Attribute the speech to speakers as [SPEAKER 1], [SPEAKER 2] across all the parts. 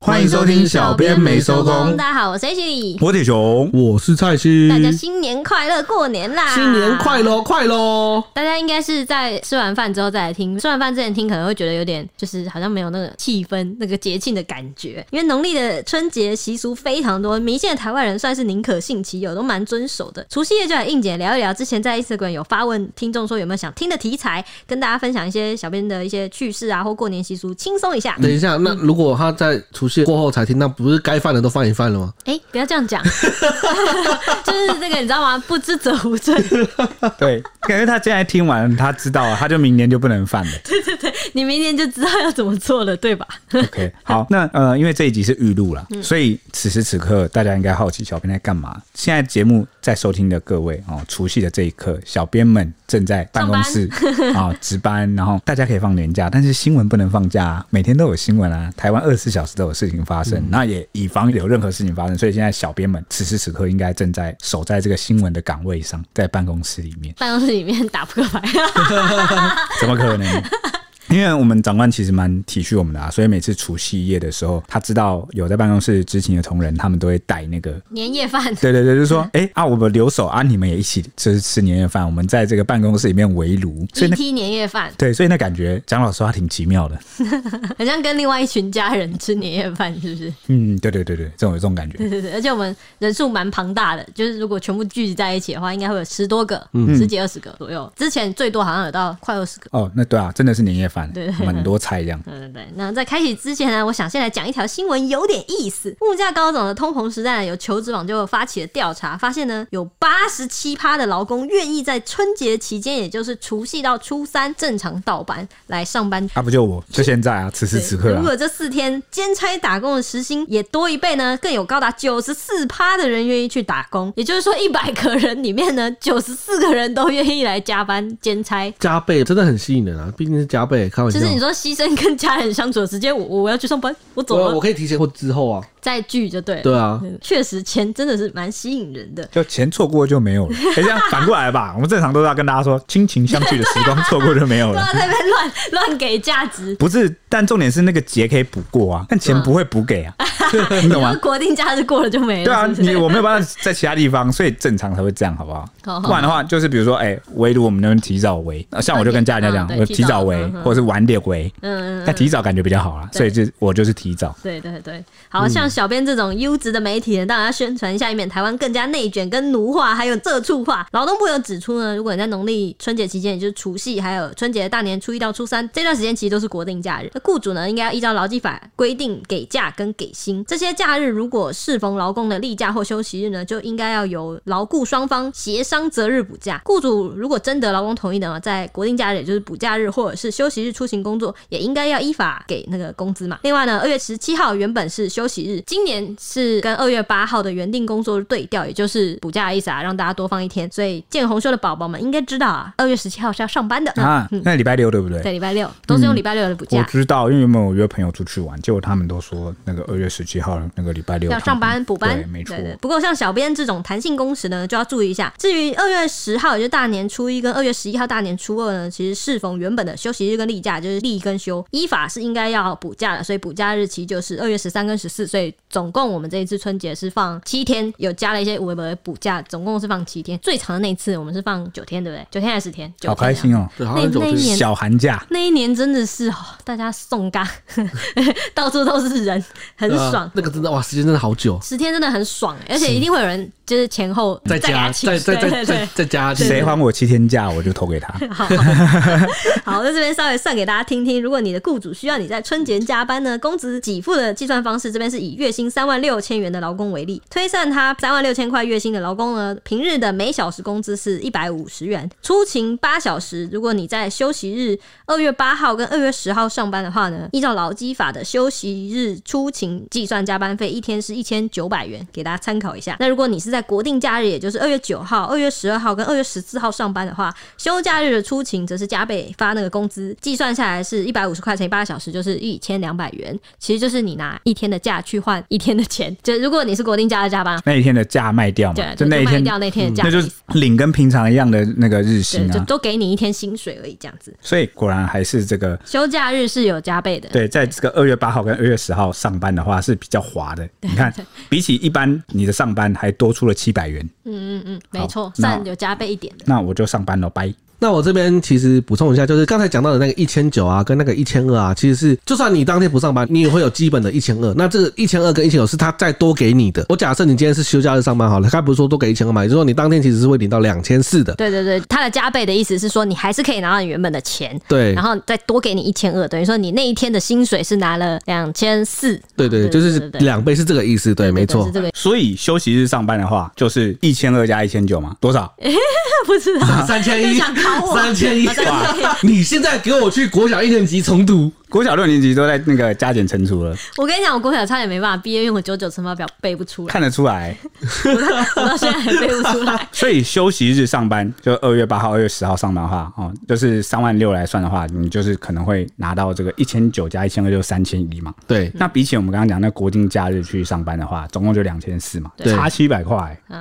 [SPEAKER 1] 欢迎收听小编没收工
[SPEAKER 2] 大家好，我是 H 李，
[SPEAKER 1] 我铁熊，
[SPEAKER 3] 我是蔡西，
[SPEAKER 2] 大家新年快乐，过年啦！
[SPEAKER 1] 新年快！乐快乐！
[SPEAKER 2] 大家应该是在吃完饭之后再来听，吃完饭之前听可能会觉得有点就是好像没有那个气氛、那个节庆的感觉，因为农历的春节习俗非常多，迷信的台湾人算是宁可信其有，都蛮遵守的。除夕夜就来应姐聊一聊，之前在 Instagram 有发问听众说有没有想听的题材，跟大家分享一些小编的一些趣事啊，或过年习俗，轻松一下。
[SPEAKER 1] 等一下，那如果他在除夕过后才听，那不是该犯的都犯一犯了吗？
[SPEAKER 2] 哎、不要这样讲， 就是这个你知道吗？不知者无罪。
[SPEAKER 3] 对， 感觉他现在听完，他知道了，他就明年就不能犯了。
[SPEAKER 2] 你明年就知道要怎么做了，对吧？
[SPEAKER 3] OK，好，那呃，因为这一集是预录了，所以此时此刻大家应该好奇小编在干嘛。现在节目在收听的各位哦，除夕的这一刻，小编们正在办公室啊、值班，然后大家可以放年假，但是新闻不能放假、啊，每天都有新闻啊，台湾二十四小时都有事情发生。那也以防有任何事情发生，所以现在小编们此时此刻应该正在守在这个新闻的岗位上，在办公室里面，
[SPEAKER 2] 办公室里面打扑克牌，
[SPEAKER 3] 怎么可能？因为我们长官其实蛮体恤我们的啊，所以每次除夕夜的时候，他知道有在办公室执勤的同仁，他们都会带那个。
[SPEAKER 2] 年夜饭。
[SPEAKER 3] 对对对，就说哎、诶啊，我们留守啊，你们也一起就是吃年夜饭，我们在这个办公室里面围炉，所以那
[SPEAKER 2] ET 年夜饭，
[SPEAKER 3] 对，所以那感觉蒋老师他挺奇妙的，
[SPEAKER 2] 很像跟另外一群家人吃年夜饭，是不 是？
[SPEAKER 3] 嗯，对对对对，这种有这种感觉，
[SPEAKER 2] 对对对，而且我们人数蛮庞大的，就是如果全部聚集在一起的话，应该会有十多个，
[SPEAKER 3] 嗯
[SPEAKER 2] 十几二十个左右。之前最多好像有到快二十个。
[SPEAKER 3] 哦，那对啊，真的是年夜饭
[SPEAKER 2] 对，
[SPEAKER 3] 蛮多菜这样。
[SPEAKER 2] 对对对，那在开启之前呢，我想先来讲一条新闻，有点意思。物价高涨的通膨时代呢，有求职网就发起了调查，发现呢有八十七趴的劳工愿意在春节期间，也就是除夕到初三正常倒班来上班。
[SPEAKER 3] 啊，不就我，就现在啊，此时此刻
[SPEAKER 2] 如
[SPEAKER 3] 啊，
[SPEAKER 2] 果这四天兼差打工的时薪也多一倍呢，更有高达九十四趴的人愿意去打工。也就是说，一百个人里面呢，九十四个人都愿意来加班兼差。
[SPEAKER 1] 加倍真的很吸引人啊，毕竟是加倍，开玩笑。
[SPEAKER 2] 就是你说牺牲跟家人相处的时间，我我要去上班，我走
[SPEAKER 1] 对啊，
[SPEAKER 2] 了
[SPEAKER 1] 我，可以提前或之后啊。
[SPEAKER 2] 再聚就对了。
[SPEAKER 1] 对啊，
[SPEAKER 2] 嗯确实钱真的是蛮吸引人的。
[SPEAKER 3] 就钱错过就没有 了。哎、这样反过来吧，我们正常都是要跟大家说，亲情相聚的时光错过就没有
[SPEAKER 2] 不
[SPEAKER 3] 了
[SPEAKER 2] 要。在那边乱乱给价值，
[SPEAKER 3] 不是，但重点是那个节可以补
[SPEAKER 2] 嗯
[SPEAKER 3] 过啊，但钱不会补给 啊，你懂吗
[SPEAKER 2] 那？国定假日过了就没了。
[SPEAKER 3] 对啊，
[SPEAKER 2] 是不是
[SPEAKER 3] 你我没有办法在其他地方，所以正常才会这样，好不好？
[SPEAKER 2] 好好
[SPEAKER 3] 不然的话，就是比如说，哎，围炉我们能提早围，呃像我就跟家人家
[SPEAKER 2] 对
[SPEAKER 3] 讲，我
[SPEAKER 2] 提
[SPEAKER 3] 提
[SPEAKER 2] 早
[SPEAKER 3] 早围
[SPEAKER 2] 嗯，嗯
[SPEAKER 3] 或者是晚点围，
[SPEAKER 2] 嗯嗯嗯
[SPEAKER 3] 但提早感觉比较好啦，
[SPEAKER 2] 对
[SPEAKER 3] 所以就我就是提早。
[SPEAKER 2] 对对对，
[SPEAKER 3] 嗯
[SPEAKER 2] 好像小编这种优质的媒体呢，当然要宣传一下，以免台湾更加内卷、跟奴化，还有社畜化。劳动部有指出呢，如果你在农历春节期间，也就是除夕，还有春节大年初一到初三这段时间，其实都是国定假日。那呃雇主呢，应该要依照劳基法规定给假跟给薪这些假日，如果适逢劳工的例假或休息日呢，就应该要由劳雇双方协商择日补假。雇主如果征得劳工同意的话，在国定假日，也就是补假日或者是休息日出行工作，也应该要依法给那个工资嘛。另外呢，二月十七号原本是休息日，今年是跟二月八号的原定工作日对调，也就是补假的意思啊，让大家多放一天。所以见红休的宝宝们应该知道啊，二月十七号是要上班的
[SPEAKER 3] 啊，
[SPEAKER 2] 嗯，
[SPEAKER 3] 那礼拜六对不对？
[SPEAKER 2] 对，礼拜六都是用礼拜六的补
[SPEAKER 3] 我
[SPEAKER 2] 假，
[SPEAKER 3] 知道，因为原本我约朋友出去玩，结果他们都说那个二月十七号那个礼拜六
[SPEAKER 2] 要
[SPEAKER 3] 他
[SPEAKER 2] 上
[SPEAKER 3] 们
[SPEAKER 2] 班补班
[SPEAKER 3] 对，，没错
[SPEAKER 2] 对。对不过像小编这种弹性工时呢，就要注意一下。至于二月十号，也就是大年初一跟二月十一号大年初二呢，其实适逢原本的休息日跟例假，就是例跟休，依法是应该要补假的，所以补假日期就是二月十三跟十四，所以总共我们这一次春节是放七天，有加了一些微博的补假，总共是放七天。最长的那一次我们是放九天，对不对？九天还是十天？九
[SPEAKER 3] 好
[SPEAKER 2] 天
[SPEAKER 3] 开心
[SPEAKER 2] 啊！
[SPEAKER 3] 哦，
[SPEAKER 1] 对，好像久
[SPEAKER 2] 那那一
[SPEAKER 1] 听
[SPEAKER 2] 年
[SPEAKER 3] 小寒假。
[SPEAKER 2] 那一年真的是哦，大家送 嘎， 到处都是人，很
[SPEAKER 1] 对啊
[SPEAKER 2] 爽。
[SPEAKER 1] 那个真的哇，时间真的好久，
[SPEAKER 2] 十天真的很爽、欸而且一定会有人就是前后
[SPEAKER 1] 在
[SPEAKER 2] 加
[SPEAKER 1] 家，
[SPEAKER 2] 起，
[SPEAKER 1] 在在
[SPEAKER 2] 对
[SPEAKER 1] 在
[SPEAKER 2] 对
[SPEAKER 1] 在
[SPEAKER 2] 对。
[SPEAKER 1] 在家，
[SPEAKER 3] 谁还我七天假，我就投给他。
[SPEAKER 2] 好好， 好，我在这边稍微算给大家听听。如果你的雇主需要你在春节加班呢，工资给付的计算方式，这边是以以月薪三万六千元的劳工为例，推算他三万六千块月薪的劳工呢，平日的每小时工资是一百五十元，出勤八小时。如果你在休息日二月八号跟二月十号上班的话呢，依照劳基法的休息日出勤计算加班费，一天是一千九百元，给大家参考一下。那如果你是在国定假日，也就是二月九号、二月十二号跟二月十四号上班的话，休假日的出勤则是加倍发那个工资，计算下来是一百五十块乘以八小时，就是一千两百元。其实就是你拿一天的假去换一天的钱。就如果你是国定假日加班，
[SPEAKER 3] 那一天的假卖掉嘛，
[SPEAKER 2] 对，
[SPEAKER 3] 哦就那一
[SPEAKER 2] 卖
[SPEAKER 3] 天，嗯
[SPEAKER 2] 掉那天的假
[SPEAKER 3] 那
[SPEAKER 2] 的
[SPEAKER 3] 就
[SPEAKER 2] 意
[SPEAKER 3] 是
[SPEAKER 2] 思，
[SPEAKER 3] 领跟平常一样的那个日
[SPEAKER 2] 对，
[SPEAKER 3] 薪
[SPEAKER 2] 就
[SPEAKER 3] 啊。
[SPEAKER 2] 都给你一天薪水而已，这样子。
[SPEAKER 3] 所以果然还是这个
[SPEAKER 2] 休假日是有加倍的，
[SPEAKER 3] 对，在这个二月八号跟二月十号上班的话是比较滑的。你看，比起一般你的上班还多出了七百元，
[SPEAKER 2] 嗯嗯嗯，没错
[SPEAKER 3] 好，
[SPEAKER 2] 算
[SPEAKER 3] 那
[SPEAKER 2] 有加倍一点的。
[SPEAKER 3] 那我就上班了，拜。
[SPEAKER 1] 那我这边其实补充一下，就是刚才讲到的那个一千九啊，跟那个一千二啊，其实是就算你当天不上班，你也会有基本的一千二。那这个一千二跟一千九是他再多给你的。我假设你今天是休假日上班好了，他不是说多给一千二嘛，也就是说你当天其实是会领到两千四的。
[SPEAKER 2] 对对对，它的加倍的意思是说，你还是可以拿到你原本的钱，
[SPEAKER 1] 对
[SPEAKER 2] 然后再多给你一千二，等于说你那一天的薪水是拿了两千四。
[SPEAKER 1] 对对，就是
[SPEAKER 2] 对对对
[SPEAKER 1] 两倍是这个意思，对，没
[SPEAKER 2] 是
[SPEAKER 1] 错。
[SPEAKER 2] 这个
[SPEAKER 3] 所以休息日上班的话，就是一千二加一千九嘛，多少？
[SPEAKER 2] 不知道。
[SPEAKER 1] 三千
[SPEAKER 2] 又
[SPEAKER 1] 一
[SPEAKER 2] 想考，我
[SPEAKER 1] 三千一，哇！你现在给我去国小一年级重读，
[SPEAKER 3] 国小六年级都在那个加减乘除了，
[SPEAKER 2] 我跟你讲，我国小差点没办法毕业，因为我九九乘法表背不出 来，
[SPEAKER 3] 看得出来。
[SPEAKER 2] 我到现在还背不出
[SPEAKER 1] 嗯
[SPEAKER 2] 来。
[SPEAKER 3] 所以休息日上班，就二月八号、二月十号上班的话，哦，就是三万六来算的话，你就是可能会拿到这个一千九加一千二，就三千一嘛。
[SPEAKER 1] 对，
[SPEAKER 2] 嗯
[SPEAKER 3] 那比起我们刚刚讲那国定假日去上班的话，总共就两千四嘛，
[SPEAKER 1] 对
[SPEAKER 3] 差七百块。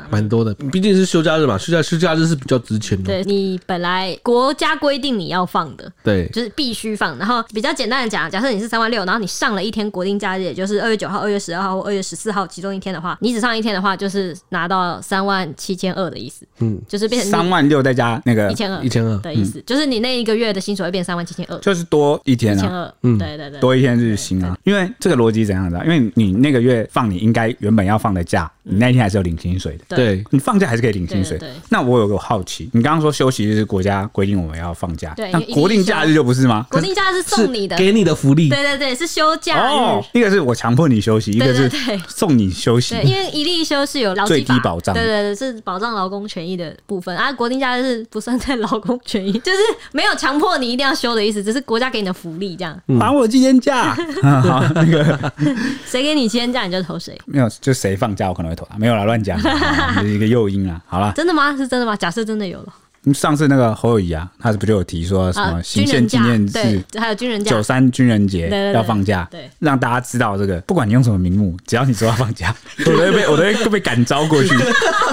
[SPEAKER 1] 蛮多的。毕竟是休假日嘛，休假休假日是比较值钱的。
[SPEAKER 2] 对你本来国家规定你要放的，
[SPEAKER 1] 对
[SPEAKER 2] 就是必须放。然后比较简单的讲，假设你是三万六，然后你上了一天国定假日，也就是二月九号、二月十二号或二月十四号其中一天的话，你只上一天的话，就是拿到三万七千二的意思。嗯，就是变成
[SPEAKER 3] 三万六再加那个
[SPEAKER 2] 一，千二
[SPEAKER 1] 1200
[SPEAKER 2] 的意思，就是你那一个月的薪水会变三万七千二，
[SPEAKER 3] 嗯就是多一天
[SPEAKER 2] 一千
[SPEAKER 3] 啊，
[SPEAKER 2] 二。嗯，对对对，
[SPEAKER 3] 多一天日薪啊。因为这个逻辑怎样的啊？因为你那个月放你应该原本要放的假，你那一天还是有领薪水的。
[SPEAKER 1] 对
[SPEAKER 3] 你放假还是可以领薪水
[SPEAKER 2] 嗯对对对。
[SPEAKER 3] 那我有个好奇，你刚刚说休息日是国家规定我们要放假
[SPEAKER 2] 对，
[SPEAKER 3] 那
[SPEAKER 2] 因为
[SPEAKER 3] 国定假日就不是吗？
[SPEAKER 2] 国定假日是
[SPEAKER 1] 是
[SPEAKER 2] 送你的，
[SPEAKER 1] 给你的福利。
[SPEAKER 2] 对对对，是休假日。
[SPEAKER 3] 哦，一个是我强迫你休息，一个
[SPEAKER 2] 对对
[SPEAKER 3] 是
[SPEAKER 2] 对
[SPEAKER 3] 送你休息
[SPEAKER 2] 对，。因为一例休是有劳基
[SPEAKER 3] 最
[SPEAKER 2] 法
[SPEAKER 3] 低保障
[SPEAKER 2] 对对对，是保障劳工权益的部分啊。国定假日是不算在劳工权益，就是没有强迫你一定要休的意思，只是国家给你的福利这样。
[SPEAKER 3] 还我今 天假，嗯好那个
[SPEAKER 2] 谁给你今天假你就投谁，
[SPEAKER 3] 没有，就谁放假我可能会投他，没有啦，乱 讲，啊这是一个诱因啊。好啦，
[SPEAKER 2] 真的吗？是真的吗？假设真的有了
[SPEAKER 3] 上次那个侯友谊啊，他不就有提说什
[SPEAKER 2] 啊
[SPEAKER 3] 么，行
[SPEAKER 2] 军
[SPEAKER 3] 宪
[SPEAKER 2] 人
[SPEAKER 3] 纪
[SPEAKER 2] 假
[SPEAKER 3] 念日
[SPEAKER 2] 对，还有军人假
[SPEAKER 3] 九。三军人节
[SPEAKER 2] 对对对
[SPEAKER 3] 要放假，
[SPEAKER 2] 对
[SPEAKER 3] 让大家知道这个，不管你用什么名目，只要你说要放假，我都会被我都会被赶招过去。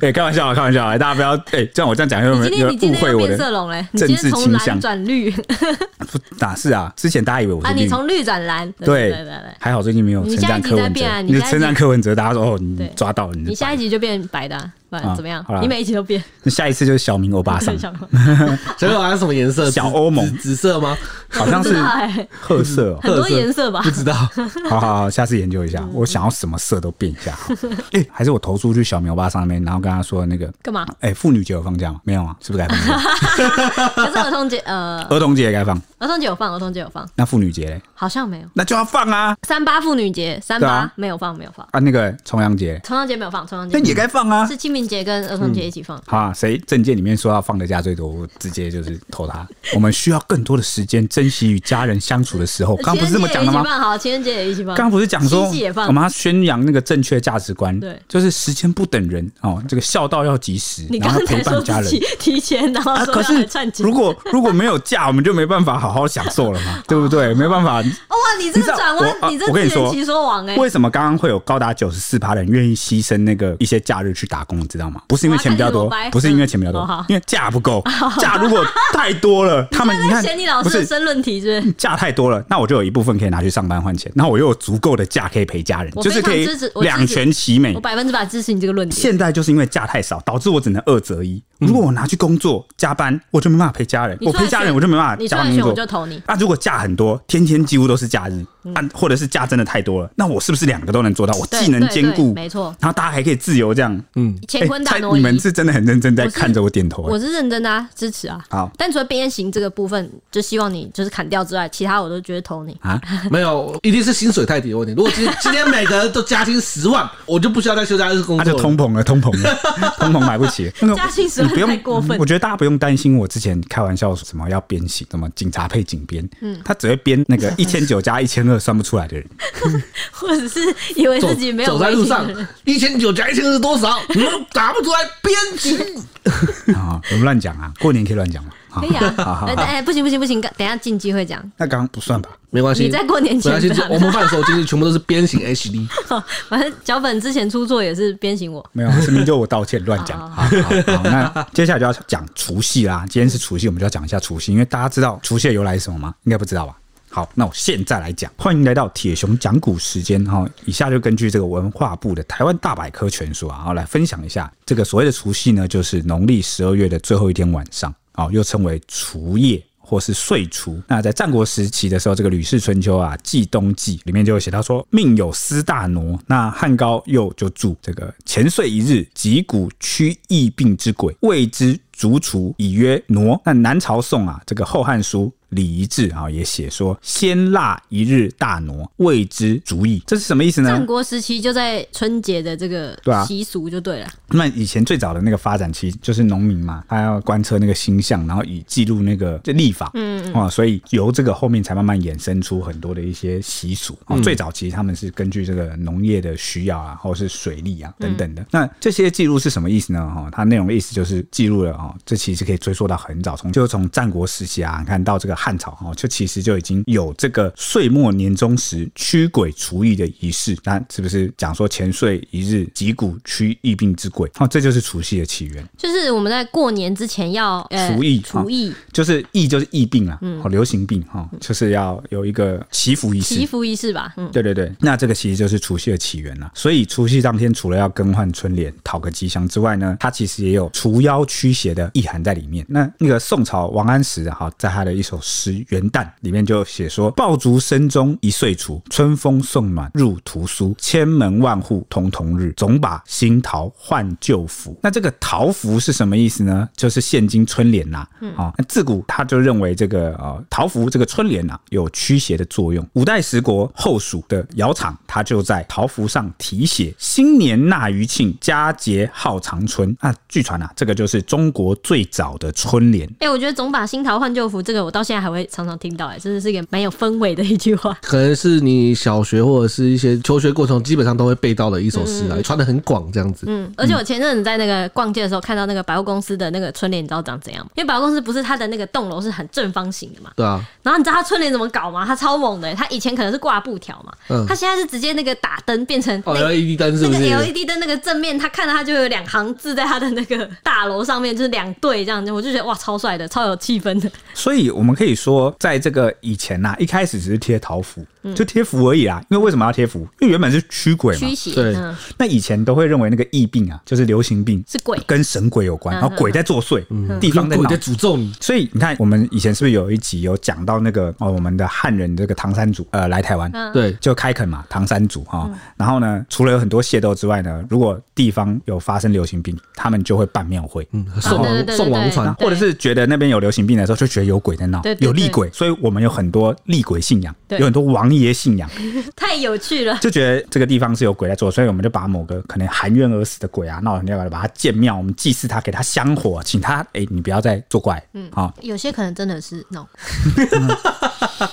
[SPEAKER 3] 哎、开玩笑啊，开玩笑啊，大家不要哎、这样我这样讲有
[SPEAKER 2] 你
[SPEAKER 3] 没
[SPEAKER 2] 今天
[SPEAKER 3] 有
[SPEAKER 2] 你今
[SPEAKER 3] 误
[SPEAKER 2] 天
[SPEAKER 3] 会
[SPEAKER 2] 又
[SPEAKER 3] 我
[SPEAKER 2] 变色
[SPEAKER 3] 的？
[SPEAKER 2] 龙嘞？你今天
[SPEAKER 3] 政治
[SPEAKER 2] 从
[SPEAKER 3] 倾
[SPEAKER 2] 蓝
[SPEAKER 3] 向
[SPEAKER 2] 转绿
[SPEAKER 3] 不哪是啊？之前大家以为我
[SPEAKER 2] 啊，
[SPEAKER 3] 是绿
[SPEAKER 2] 你从绿转蓝。对
[SPEAKER 3] 对
[SPEAKER 2] 对对对，
[SPEAKER 3] 还好最近没有
[SPEAKER 2] 你
[SPEAKER 3] 称赞
[SPEAKER 2] 下一集
[SPEAKER 3] 柯文
[SPEAKER 2] 再变
[SPEAKER 3] 哲，
[SPEAKER 2] 啊你
[SPEAKER 3] 就
[SPEAKER 2] 下一集
[SPEAKER 3] 称赞柯文哲，大家说哦，你
[SPEAKER 2] 对
[SPEAKER 3] 抓到了，你
[SPEAKER 2] 你
[SPEAKER 3] 就
[SPEAKER 2] 下一集就变白的啊，不然
[SPEAKER 3] 啊
[SPEAKER 2] 怎么样
[SPEAKER 3] 好啦？
[SPEAKER 2] 你每一集都变。，
[SPEAKER 3] 下一次就是小明欧巴桑
[SPEAKER 2] 想过
[SPEAKER 1] 小欧是什么颜色？
[SPEAKER 3] 小
[SPEAKER 1] 紫
[SPEAKER 3] 欧盟
[SPEAKER 1] 紫紫色吗？
[SPEAKER 3] 好 像
[SPEAKER 2] 不
[SPEAKER 3] 是
[SPEAKER 2] 知道 欸
[SPEAKER 3] 褐色、哦。
[SPEAKER 2] 很多
[SPEAKER 1] 褐色
[SPEAKER 2] 颜色吧
[SPEAKER 1] 不？知道。
[SPEAKER 2] 嗯
[SPEAKER 3] 好好好，下次研究一下，我想要什么色都变一下。哎、还是我投出去小明欧巴桑那边，然后跟他说 那个
[SPEAKER 2] 干嘛？
[SPEAKER 3] 哎、妇女节有放假吗？没有啊，是不是该放 假？
[SPEAKER 2] 可是儿童节呃，
[SPEAKER 3] 儿童节也该放，
[SPEAKER 2] 儿童节有放，儿童节有放，
[SPEAKER 3] 那妇女节嘞？
[SPEAKER 2] 好像没有。
[SPEAKER 3] 那就要放啊
[SPEAKER 2] 三八妇女节，三
[SPEAKER 3] 对
[SPEAKER 2] 八、
[SPEAKER 3] 啊
[SPEAKER 2] 没有放，没有放。
[SPEAKER 3] 啊！那个重阳节，
[SPEAKER 2] 重阳节没有放，重阳节
[SPEAKER 3] 那也该放啊！
[SPEAKER 2] 是清明节跟儿童节一起放。
[SPEAKER 3] 好啊，谁证件里面说要放的假最多，我直接就是投他。我们需要更多的时间，珍惜与家人相处的时候。刚刚不是这么讲的
[SPEAKER 2] 呃情人节也一起？放好，情人节也
[SPEAKER 3] 吗
[SPEAKER 2] 一起放。
[SPEAKER 3] 刚刚不是讲说
[SPEAKER 2] 七夕也放
[SPEAKER 3] 我们要宣扬那个正确价值观，
[SPEAKER 2] 对
[SPEAKER 3] 就是时间不等人哦，这个孝道要及时，
[SPEAKER 2] 你
[SPEAKER 3] 然
[SPEAKER 2] 刚
[SPEAKER 3] 后陪
[SPEAKER 2] 才说
[SPEAKER 3] 伴家
[SPEAKER 2] 自
[SPEAKER 3] 人
[SPEAKER 2] 己。提 前，然后
[SPEAKER 3] 啊，
[SPEAKER 2] 说
[SPEAKER 3] 可
[SPEAKER 2] 要来
[SPEAKER 3] 是
[SPEAKER 2] 串景。
[SPEAKER 3] 如果如果没有假，我们就没办法好好享受了嘛，对不对？没办法，
[SPEAKER 2] 哦哇，你这
[SPEAKER 3] 你知
[SPEAKER 2] 个
[SPEAKER 3] 道
[SPEAKER 2] 转
[SPEAKER 3] 我啊
[SPEAKER 2] 弯，你这
[SPEAKER 3] 我跟
[SPEAKER 2] 自
[SPEAKER 3] 你说
[SPEAKER 2] 圆其说王哎、
[SPEAKER 3] 为什么刚刚会有高达九十四趴的人愿意牺牲那个一些假日去打工，你知道吗？不是因为钱比较
[SPEAKER 2] 我
[SPEAKER 3] 多
[SPEAKER 2] 要看你怎么掰，
[SPEAKER 3] 不是因为钱比较
[SPEAKER 2] 嗯哦
[SPEAKER 3] 多
[SPEAKER 2] 好，哦
[SPEAKER 3] 因为假 不够，假如果太多了，他们你
[SPEAKER 2] 在
[SPEAKER 3] 看
[SPEAKER 2] 嫌你老
[SPEAKER 3] 不
[SPEAKER 2] 师的
[SPEAKER 3] 是
[SPEAKER 2] 申论题是不是？
[SPEAKER 3] 假太多了，那我就有一部分可以拿去上班换钱，那我又有足够的假可以陪家人，
[SPEAKER 2] 我
[SPEAKER 3] 就是可
[SPEAKER 2] 非
[SPEAKER 3] 以
[SPEAKER 2] 常支持我支持
[SPEAKER 3] 两全其美
[SPEAKER 2] 我。百分之百支持你这个论点。
[SPEAKER 3] 现在就是因为假太少，导致我只能二择一。如果我拿去工作加班，我就没办法陪家人；
[SPEAKER 2] 你
[SPEAKER 3] 我
[SPEAKER 2] 出来
[SPEAKER 3] 陪家人，
[SPEAKER 2] 选
[SPEAKER 3] 我就没办法
[SPEAKER 2] 你出
[SPEAKER 3] 加班
[SPEAKER 2] 来
[SPEAKER 3] 工
[SPEAKER 2] 选
[SPEAKER 3] 作。
[SPEAKER 2] 我就投你。
[SPEAKER 3] 啊，如果假很多，天天几乎都是假日，啊，或者是假真的太多了，那我是不是两个都能做到？我
[SPEAKER 2] 嗯对
[SPEAKER 3] 既能
[SPEAKER 2] 对
[SPEAKER 3] 兼
[SPEAKER 2] 对
[SPEAKER 3] 顾，
[SPEAKER 2] 没错
[SPEAKER 3] 然后大家还可以自由这样，
[SPEAKER 1] 嗯，
[SPEAKER 2] 钱灵魂打
[SPEAKER 3] 哎
[SPEAKER 2] 挪
[SPEAKER 3] 你
[SPEAKER 2] 移。
[SPEAKER 3] 们是真的很认真在
[SPEAKER 2] 我是
[SPEAKER 3] 看着我点头、
[SPEAKER 2] 我
[SPEAKER 3] 哎
[SPEAKER 2] 是认真的、啊、支持啊。
[SPEAKER 3] 好
[SPEAKER 2] 但除了鞭刑这个部分，就希望你就是砍掉之外，其他我都觉得投你。
[SPEAKER 3] 啊，
[SPEAKER 1] 没有，一定是薪水太低的问题。如果 今天今天每个人都加薪十万，我就不需要在休假日工
[SPEAKER 3] 他
[SPEAKER 1] 作
[SPEAKER 3] 啊就
[SPEAKER 1] 了。
[SPEAKER 3] 通膨了，通 膨了，通膨买不起。那个
[SPEAKER 2] 加薪实
[SPEAKER 3] 你
[SPEAKER 2] 在
[SPEAKER 3] 不用
[SPEAKER 2] 太过分
[SPEAKER 3] 我觉得大家不用担心。我之前开玩笑说什么要鞭刑，什么警察配警鞭，嗯，他只会鞭 那个一千九加一千二算不出来的人。
[SPEAKER 2] 或者是以为
[SPEAKER 1] 走
[SPEAKER 2] 哎自己没有
[SPEAKER 1] 走在路
[SPEAKER 2] 威信的
[SPEAKER 1] 上
[SPEAKER 2] 人，
[SPEAKER 1] 一千九加一千二是多 少？嗯，打不出来，编辑。
[SPEAKER 3] 啊，我们乱讲啊，过年可以乱讲嘛。可
[SPEAKER 2] 可以啊。
[SPEAKER 3] 好好
[SPEAKER 2] 哎
[SPEAKER 3] 好，
[SPEAKER 2] 哎，不行不行不行，等一下进机会讲。
[SPEAKER 3] 那刚刚不算吧？
[SPEAKER 1] 没关系，
[SPEAKER 2] 你在过年前
[SPEAKER 1] 没关系
[SPEAKER 2] 不要，
[SPEAKER 1] 我们饭手经济全部都是鞭刑 HD。
[SPEAKER 2] 反正脚本之前出错也是鞭刑我。
[SPEAKER 3] 没有，是明就我道歉，乱讲。好好好，那接下来就要讲除夕啦。今天是除夕，我们就要讲一下除夕，因为大家知道除夕的由来是什么吗？应该不知道吧？好，那我现在来讲，欢迎来到铁熊讲古时间哈、以下就根据这个文化部的《台湾大百科全书》啊，好来分享一下这个所谓的除夕呢，就是农历十二月的最后一天晚上，哦，又称为除夜或是岁除。那在战国时期的时候，这个《吕氏春秋》啊，《季冬季》里面就有写到说，命有司大挪，那汉高又就注这个前岁一日，击鼓驱疫病之鬼，谓之逐除，以曰挪。那南朝宋啊，这个《后汉书》。礼仪志啊，也写说先腊一日大挪，谓之逐疫，这是什么意思呢？
[SPEAKER 2] 战国时期就在春节的这个
[SPEAKER 3] 嗯对啊
[SPEAKER 2] 习俗就对了，
[SPEAKER 3] 那以前最早的那个发展期就是农民嘛，他要观测那个星象，然后以记录那个就历法，嗯啊、所以由这个后面才慢慢衍生出很多的一些习俗。哦最早其实他们是根据这个农业的需要啊，或者是水利啊等等的。那这些记录是什么意思呢？啊哈、它内容的意思就是记录了哦，这其实可以追溯到很早，从就从战国时期啊，你看到这个汉朝哦，就其实就已经有这个岁末年终时驱鬼除疫的仪式。那是不是讲说前岁一日击鼓驱疫病之鬼？哦，这就是除夕的起源，
[SPEAKER 2] 就是我们在过年之前要呃
[SPEAKER 3] 除疫啊
[SPEAKER 2] 除疫
[SPEAKER 3] 就是疫就是疫病啊，哦，流行病哈、哦，就是要有一个祈福仪式
[SPEAKER 2] 祈。福仪式吧，嗯，
[SPEAKER 3] 对对对，那这个其实就是除夕的起源了。所以除夕当天除了要更换春联、讨个吉祥之外呢，它其实也有除妖驱邪的意涵在里面。那那个宋朝王安石啊，哈在他的一首诗《元旦》里面就写说：“爆竹声中一岁除，春风送暖入屠苏，千门万户曈曈日，总把新桃换旧符。”那这个桃符是什么意思呢？就是现今春联呐、哦，那自古他就认为这个呃桃符这个春联呐、有驱邪的作用。五代十国后蜀的尧厂，他就在桃符上题写“新年纳余庆，佳节号长春”。啊，据传啊，这个就是中国最早的春联。
[SPEAKER 2] 哎、我觉得总把新桃换旧符，这个我到现在还会常常听到、哎，真的是一个蛮有氛围的一句话。
[SPEAKER 1] 可能是你小学或者是一些求学过程中基本上都会背到的一首诗啊，穿的很广这样子。
[SPEAKER 2] 嗯，而且我前阵子在那个逛街的时候，看到那个百货公司的那个春联，你知道长怎样吗？因为百货公司不是它的那个栋楼是很正方形的嘛，
[SPEAKER 1] 对啊，
[SPEAKER 2] 然后你知道它春联怎么搞吗？它超猛的、欸它以前可能是挂布条嘛，
[SPEAKER 1] 嗯
[SPEAKER 2] 它现在是直接那个打灯变成
[SPEAKER 1] 哦
[SPEAKER 2] 那
[SPEAKER 1] ，LED 灯是
[SPEAKER 2] 那
[SPEAKER 1] 不
[SPEAKER 2] 个
[SPEAKER 1] 是？
[SPEAKER 2] LED 灯那个正面，他看到它就有两行字在他的那个大楼上面，就是两对这样，我就觉得哇，超帅的，超有气氛的。
[SPEAKER 3] 所以我们可以说，在这个以前呐、一开始只是贴桃符，就贴符而已啦。因为为什么要贴符？因为原本是驱鬼嘛
[SPEAKER 2] 驱。邪，
[SPEAKER 1] 对
[SPEAKER 2] 嗯，
[SPEAKER 3] 那以前都会认为那个疫病啊，就是流行病，
[SPEAKER 2] 是鬼嗯
[SPEAKER 3] 跟神鬼有关，然后鬼在作祟，嗯地方在
[SPEAKER 1] 有
[SPEAKER 3] 闹
[SPEAKER 1] 鬼在诅咒你。
[SPEAKER 3] 所以你看，我们以前是不是有一集有讲到那个哦，我们的汉人这个唐三祖呃来台湾，
[SPEAKER 2] 嗯
[SPEAKER 1] 对，
[SPEAKER 3] 就开垦嘛，唐三祖哈、哦然后呢，除了有很多械斗之外呢，如果地方有发生流行病，他们就会办庙会。
[SPEAKER 1] 嗯，送
[SPEAKER 2] 啊对对
[SPEAKER 1] 王
[SPEAKER 2] 对
[SPEAKER 1] 送王
[SPEAKER 2] 对
[SPEAKER 1] 船
[SPEAKER 3] 然后或者是觉得那边有流行病的时候，就觉得有鬼在闹，
[SPEAKER 2] 嗯对对
[SPEAKER 3] 有厉鬼，所以我们有很多厉鬼信仰，
[SPEAKER 2] 对
[SPEAKER 3] 有很多王爷信仰，
[SPEAKER 2] 太有趣了。
[SPEAKER 3] 就觉得这个地方是有鬼在做，所以我们就把某个可能含冤而死的鬼啊，闹很厉害，把他建庙，我们祭祀他，给他香火，请他，哎、你不要再作怪，嗯，好、
[SPEAKER 2] 有些可能真的是闹，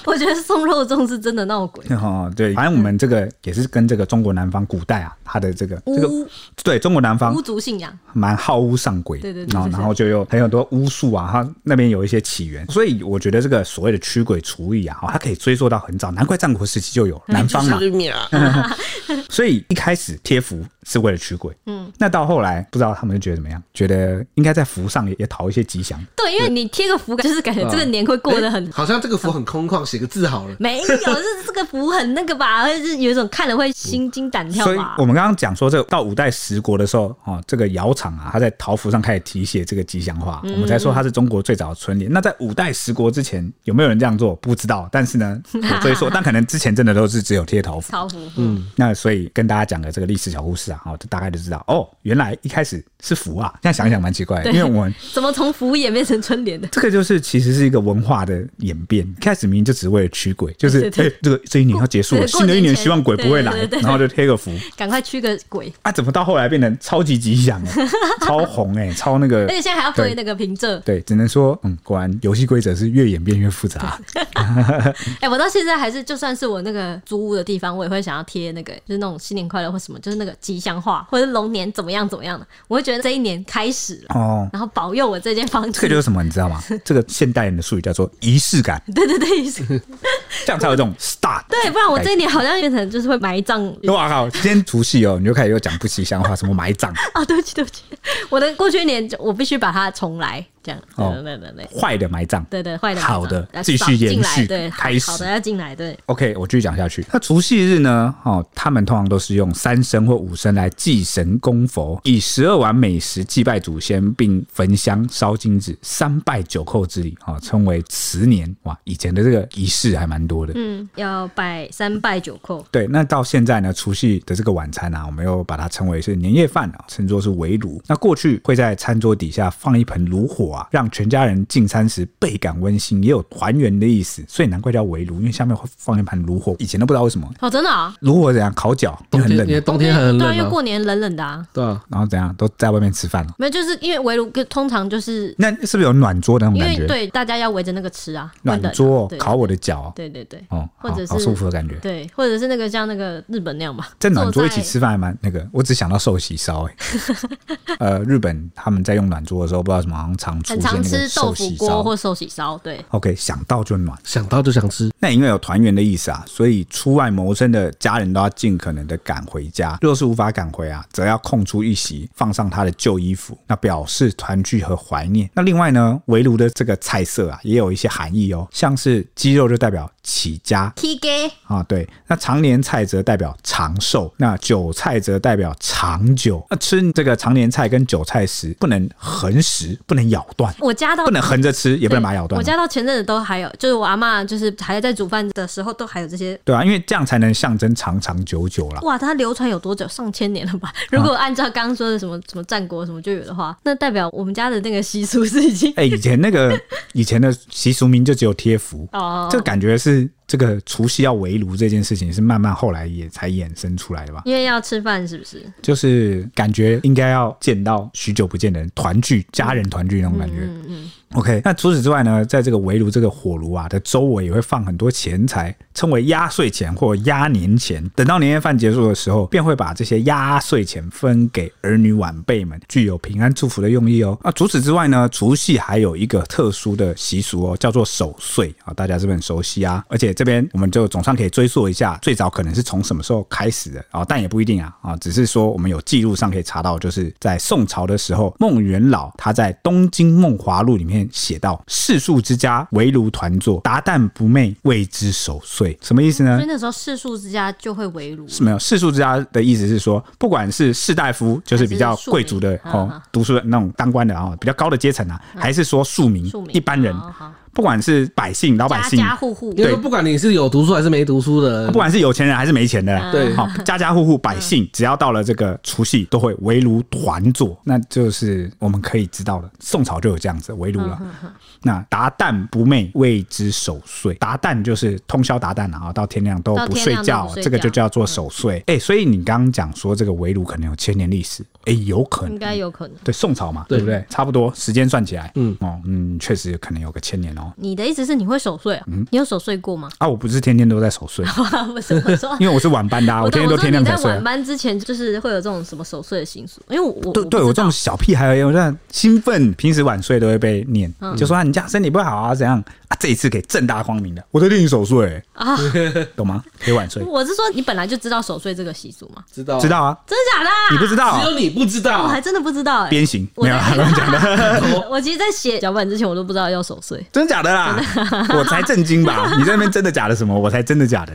[SPEAKER 2] 我觉得送肉粽是真的闹鬼。
[SPEAKER 3] 哦，对，反正我们这个也是跟这个中国南方古代啊，它的这个这个
[SPEAKER 2] 巫
[SPEAKER 3] 对中国南方
[SPEAKER 2] 巫族信仰，
[SPEAKER 3] 蛮好巫上鬼，
[SPEAKER 2] 对对对
[SPEAKER 3] 然后
[SPEAKER 2] 对对
[SPEAKER 3] 然后就有很有很多巫术啊，它那边有一些起源，所以我觉得这个所谓的驱鬼厨艺啊，哦它可以追溯到很早，难怪战国时期嗯就有了南方嘛，啊 所以一开始贴符是为了驱鬼，嗯，那到后来不知道他们就觉得怎么样，觉得应该在符上也也讨一些吉祥，
[SPEAKER 2] 对，因为你贴个符，就是感觉这个年会过得很。
[SPEAKER 1] 好像这个符很空旷，写个字好了。
[SPEAKER 2] 没有，是这个符很那个吧，就是有一种看了会心惊胆跳
[SPEAKER 3] 所以
[SPEAKER 2] 吧
[SPEAKER 3] 我。们刚刚讲说，这个到五代十国的时候，哦，这个尧厂啊，他在桃符上开始题写这个吉祥话，我们才说它是中国最早的春联。那在五代十国之前，有没有人这样做？不知道，但是呢，我追溯，但可能之前真的都是只有贴桃符。
[SPEAKER 2] 超符，嗯，
[SPEAKER 3] 那所以跟大家讲的这个历史小故事啊，下，好，就大概就知道哦，原来一开始是福啊。现在想一想蛮奇怪的，因为我们
[SPEAKER 2] 怎么从服务业变成春联的？
[SPEAKER 3] 这个就是其实是一个文化的演变，一开始明明就只为了驱鬼，就
[SPEAKER 2] 对
[SPEAKER 3] 是哎、
[SPEAKER 2] 对
[SPEAKER 3] 诶这个这一年要结束了，
[SPEAKER 2] 对过
[SPEAKER 3] 新的一
[SPEAKER 2] 年
[SPEAKER 3] 年
[SPEAKER 2] 前
[SPEAKER 3] 希望鬼不会来
[SPEAKER 2] 对对对，对
[SPEAKER 3] 然后就贴个符
[SPEAKER 2] 赶快驱个鬼！
[SPEAKER 3] 啊，怎么到后来变成超级吉祥、欸， 超红哎、超那个
[SPEAKER 2] 而且，现在还要推
[SPEAKER 3] 对
[SPEAKER 2] 那个凭证。
[SPEAKER 3] 对，只能说嗯，果然游戏规则是越演变越复杂。
[SPEAKER 2] 哎、我到现在还是，就算是我那个租屋的地方，我也会想要贴那个，就是那种新年快乐或什么，就是那个吉祥话，或者是龙年怎么样怎么样的。我会觉得这一年开始了，
[SPEAKER 3] 哦，
[SPEAKER 2] 然后保佑我这间房
[SPEAKER 3] 这
[SPEAKER 2] 子。
[SPEAKER 3] 个就是什么，你知 道吗？这个现代人的术语叫做仪式感，
[SPEAKER 2] 对对对，
[SPEAKER 3] 这样才有这种 start。哎
[SPEAKER 2] 对，不然我这一年好像变成就是会埋葬。
[SPEAKER 3] 哇靠！今天除夕哦，你就开始又讲不吉祥话，什么埋葬、
[SPEAKER 2] 啊，对不起对不起，我的过去一年就我必须把它重来，这样。
[SPEAKER 3] 哦
[SPEAKER 2] 对对对对
[SPEAKER 3] 坏的埋葬。
[SPEAKER 2] 对对，坏的埋葬
[SPEAKER 3] 好的
[SPEAKER 2] 来
[SPEAKER 3] 继续
[SPEAKER 2] 扫进
[SPEAKER 3] 延
[SPEAKER 2] 来
[SPEAKER 3] 续
[SPEAKER 2] 对，
[SPEAKER 3] 开始
[SPEAKER 2] 好的要进来，对
[SPEAKER 3] OK，我继续讲下去。那除夕日呢？哦，他们通常都是用三牲或五牲来祭神供佛，以十二碗美食祭拜祖先，并焚香烧金纸，三拜九叩之礼，哦，称为辞年。哇，以前的这个仪式还蛮多的。
[SPEAKER 2] 嗯，要拜三拜九叩。
[SPEAKER 3] 对，那到现在呢，除夕的这个晚餐啊，我们又把它称为是年夜饭啊，称作是围炉。那过去会在餐桌底下放一盆炉火啊，让全家人进餐时倍感温馨，也有团圆的意思，所以难怪叫围炉，因为下面会放一盘炉火。以前都不知道为什么
[SPEAKER 2] 哦，真的啊、
[SPEAKER 3] 炉火怎样烤脚，
[SPEAKER 1] 冬
[SPEAKER 3] 很
[SPEAKER 1] 天因为
[SPEAKER 3] 冷，
[SPEAKER 1] 冬天很
[SPEAKER 2] 对啊，
[SPEAKER 1] 冷
[SPEAKER 2] 因为
[SPEAKER 1] 啊，
[SPEAKER 2] 过年冷冷的啊。
[SPEAKER 1] 对啊，
[SPEAKER 3] 然后怎样都在外面吃饭了。
[SPEAKER 2] 没有，就是因为围炉就通常就是
[SPEAKER 3] 那是不是有暖桌的那种
[SPEAKER 2] 因
[SPEAKER 3] 感
[SPEAKER 2] 为
[SPEAKER 3] 觉？
[SPEAKER 2] 对大家要围着那个吃啊，
[SPEAKER 3] 暖
[SPEAKER 2] 会冷啊
[SPEAKER 3] 桌哦
[SPEAKER 2] 对
[SPEAKER 3] 烤我的脚哦，
[SPEAKER 2] 对对对，
[SPEAKER 3] 哦，
[SPEAKER 2] 或者
[SPEAKER 3] 好好
[SPEAKER 2] 是
[SPEAKER 3] 舒服的感觉。
[SPEAKER 2] 对，或者是那个像那个日本那样吧，
[SPEAKER 3] 在暖桌一起
[SPEAKER 2] 坐
[SPEAKER 3] 吃饭还蛮那个，我只想到寿喜烧 哎、欸呃，日本他们在用暖桌的时候，不知道什么好像常出
[SPEAKER 2] 很
[SPEAKER 3] 现
[SPEAKER 2] 常
[SPEAKER 3] 那
[SPEAKER 2] 吃
[SPEAKER 3] 个
[SPEAKER 2] 豆
[SPEAKER 3] 寿
[SPEAKER 2] 腐
[SPEAKER 3] 喜
[SPEAKER 2] 锅
[SPEAKER 3] 烧。
[SPEAKER 2] 或寿喜烧，对，
[SPEAKER 3] OK，想到就暖。
[SPEAKER 1] 想到就想吃，
[SPEAKER 3] 那因为有团圆的意思啊，所以出外谋生的家人都要尽可能的赶回家。若是无法赶回啊，则要空出一席，放上他的旧衣服，那表示团聚和怀念。那另外呢，围炉的这个菜色啊，也有一些含义哦，像是鸡肉就代表起家，
[SPEAKER 2] T G
[SPEAKER 3] 啊，对，那常年菜则代表长寿，那韭菜则代表长久。那吃这个常年菜跟韭菜时，不能横食，不能咬断，
[SPEAKER 2] 我家到
[SPEAKER 3] 不能横着吃，也不能把它咬断
[SPEAKER 2] 我。家到前阵子都还有，就是我阿嬷就是还在煮饭的时候都还有这些。
[SPEAKER 3] 对啊，因为这样才能象征长长久久啦。
[SPEAKER 2] 哇，它流传有多久？上千年了吧？ 如果按照刚刚说的什么什么战国什么就有的话，那代表我们家的那个习俗是已 经
[SPEAKER 3] 哎、以前那个以前的习俗名就只有贴符，
[SPEAKER 2] 哦，
[SPEAKER 3] 哎这感觉是这个除夕要围炉这件事情是慢慢后来也才衍生出来的吧？
[SPEAKER 2] 因为要吃饭是不是？
[SPEAKER 3] 就是感觉应该要见到许久不见的人，团聚家人团聚那种感觉。
[SPEAKER 2] 嗯嗯，
[SPEAKER 3] OK，那除此之外呢，在这个围炉这个火炉啊的周围也会放很多钱财，称为压岁钱或压年钱。等到年夜饭结束的时候，便会把这些压岁钱分给儿女晚辈们，具有平安祝福的用意哦。那除此之外呢，除夕还有一个特殊的习俗哦，叫做守岁啊，大家是不是很熟悉啊？而且这边我们就总算可以追溯一下，最早可能是从什么时候开始的啊、但也不一定啊啊，只是说我们有记录上可以查到，就是在宋朝的时候，孟元老他在《东京梦华录》里面写到：“世庶之家，围炉团坐，达旦不寐，谓之守岁。”什么意思呢
[SPEAKER 2] 所以？那时候世庶之家就会围炉，
[SPEAKER 3] 是没有世庶之家的意思是说，不管是士大夫，就是比较贵族的
[SPEAKER 2] 还是庶民
[SPEAKER 3] 哦，读书的那种当官的啊、哦，比较高的阶层啊，还是说庶民
[SPEAKER 2] 嗯庶民
[SPEAKER 3] 一般人，
[SPEAKER 2] 好好
[SPEAKER 3] 不管是百姓、老百
[SPEAKER 2] 家
[SPEAKER 3] 姓，嗯
[SPEAKER 2] 家户户
[SPEAKER 1] 因为不管你是有读书还是没读书的人
[SPEAKER 3] 呃不，管是有钱人还是没钱的
[SPEAKER 2] 嗯
[SPEAKER 3] 人，
[SPEAKER 1] 对
[SPEAKER 3] 好，家家户户百姓，只要到了这个除夕，都会围炉团坐，那就是我们可以知道了。宋朝就有这样子围炉了。
[SPEAKER 2] 嗯
[SPEAKER 3] 那达旦不寐，谓之守岁。达旦就是通宵达旦啊，到天亮都
[SPEAKER 2] 到
[SPEAKER 3] 不
[SPEAKER 2] 天
[SPEAKER 3] 睡
[SPEAKER 2] 亮都
[SPEAKER 3] 觉
[SPEAKER 2] 不，睡
[SPEAKER 3] 这个就
[SPEAKER 2] 觉嗯
[SPEAKER 3] 叫做守岁。哎，所以你刚刚讲说这个围炉可能有千年历史，哎，有可
[SPEAKER 2] 应
[SPEAKER 3] 能。
[SPEAKER 2] 该有可能。
[SPEAKER 3] 对宋朝嘛，
[SPEAKER 1] 对
[SPEAKER 3] 对不对？差不多时间算起来，嗯哦，嗯，确实可能有个千年哦。
[SPEAKER 2] 你的意思是你会守岁啊？
[SPEAKER 3] 嗯
[SPEAKER 2] 你有守岁过吗？
[SPEAKER 3] 啊，我不是天天都在守岁，
[SPEAKER 2] 不是我说。
[SPEAKER 3] 因为我是晚 班的、啊，我天天都
[SPEAKER 2] 说
[SPEAKER 3] 天
[SPEAKER 2] 你
[SPEAKER 3] 亮才
[SPEAKER 2] 在
[SPEAKER 3] 睡啊、
[SPEAKER 2] 晚班之前，就是会有这种什么守岁的习俗，因为我我
[SPEAKER 3] 对
[SPEAKER 2] 不
[SPEAKER 3] 对，
[SPEAKER 2] 知
[SPEAKER 3] 我
[SPEAKER 2] 道
[SPEAKER 3] 这种小屁孩而言，我这样兴奋，平时晚睡都会被念，
[SPEAKER 2] 嗯
[SPEAKER 3] 就说、啊、你这样身体不好啊，怎样啊？这一次给正大光明的，我在练你守岁、
[SPEAKER 2] 啊，
[SPEAKER 3] 欸懂吗？可以晚睡，
[SPEAKER 2] 我是说你本来就知道守岁这个习俗吗？
[SPEAKER 1] 知道啊
[SPEAKER 3] 知，道啊？
[SPEAKER 2] 真的假的啊？
[SPEAKER 3] 你不知道啊
[SPEAKER 1] 只？有你不知
[SPEAKER 2] 我
[SPEAKER 1] 道
[SPEAKER 2] 还，真的不知道哎、
[SPEAKER 3] 鞭刑
[SPEAKER 2] 我
[SPEAKER 3] 没有啊？乱讲的，
[SPEAKER 2] 我我其实，在写脚本之前，我都不知道要守岁，
[SPEAKER 3] 真假的啦？我才震惊吧？你在那边真的假的什么？我才真的假的。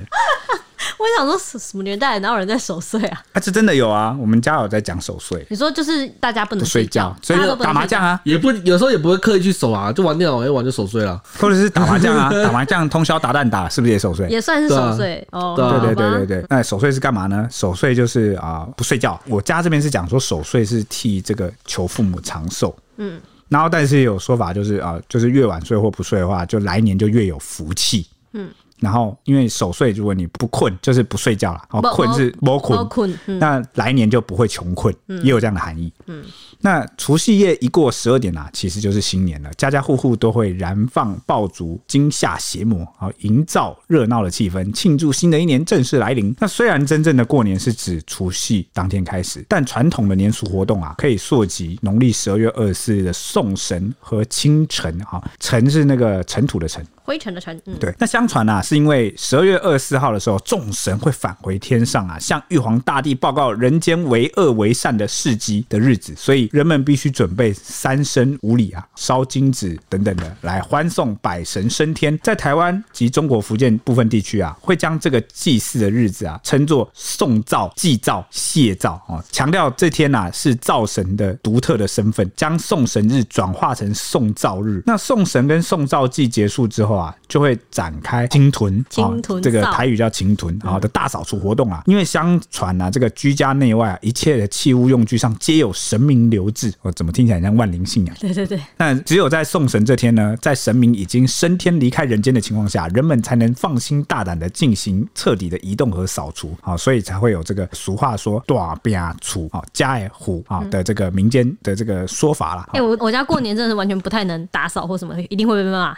[SPEAKER 2] 我想说什什么年代哪有人在守岁啊？
[SPEAKER 3] 啊，这真的有啊，我们家有在讲守岁，
[SPEAKER 2] 你说就是大家不
[SPEAKER 3] 不
[SPEAKER 2] 能
[SPEAKER 3] 睡觉
[SPEAKER 2] 觉，，
[SPEAKER 3] 所
[SPEAKER 2] 大家都
[SPEAKER 3] 以
[SPEAKER 2] 不能
[SPEAKER 3] 打麻将
[SPEAKER 2] 睡觉。
[SPEAKER 3] 啊，
[SPEAKER 1] 也不有时候也不会刻意去守啊，就玩电脑玩一玩就守睡了。
[SPEAKER 3] 或者是打麻将啊，打麻将通宵达旦打，是不是也守岁？
[SPEAKER 2] 也算是
[SPEAKER 1] 对啊
[SPEAKER 2] 守岁哦，
[SPEAKER 1] 对啊
[SPEAKER 3] 对对
[SPEAKER 2] 好吧
[SPEAKER 3] 对对对，那守岁是干嘛呢？守岁就是啊、不睡觉。我家这边是讲说守岁是替这个求父母长寿，嗯，然后但是有说法就是啊、就是越晚睡或不睡的话，就来年就越有福气，嗯。然后，因为守岁，如果你不困，就是不睡觉了。哦，
[SPEAKER 2] 不
[SPEAKER 3] 困是摸困，
[SPEAKER 2] 不困嗯
[SPEAKER 3] 那来年就不会穷困，也有这样的含义。嗯，那除夕夜一过十二点啊，其实就是新年了，家家户户都会燃放爆竹、惊吓邪魔，好营造热闹的气氛，庆祝新的一年正式来临。那虽然真正的过年是指除夕当天开始，但传统的年俗活动啊，可以溯及农历十二月二十四日的送神和清晨啊，晨是那个尘土的尘。
[SPEAKER 2] 灰尘的尘，嗯，
[SPEAKER 3] 对，那相传啊，是因为十二月二十四号的时候，众神会返回天上啊，向玉皇大帝报告人间为恶为善的事迹的日子，所以人们必须准备三牲五礼啊，烧金纸等等的来欢送百神升天。在台湾及中国福建部分地区啊，会将这个祭祀的日子啊，称作送灶、祭灶、谢灶啊，哦强调这天啊是灶神的独特的身份，将送神日转化成送灶日。那送神跟送灶祭结束之后啊，就会展开清屯，
[SPEAKER 2] 清
[SPEAKER 3] 哦
[SPEAKER 2] 屯
[SPEAKER 3] 这个
[SPEAKER 2] 灶
[SPEAKER 3] 台语叫清屯啊、哦的大扫除活动啊。因为相传啊，这个居家内外啊，一切的器物用具上皆有神明留置。我、哦、怎么听起来像万灵信仰？
[SPEAKER 2] 对对对，
[SPEAKER 3] 那只有在送神这天呢，在神明已经升天离开人间的情况下，人们才能放心大胆的进行彻底的移动和扫除啊、所以才会有这个俗话说“大变除”啊，家也虎啊的这个民间的这个说法啦。啊
[SPEAKER 2] 哎，我我家过年真的是完全不太能打扫或什么，一定会被骂。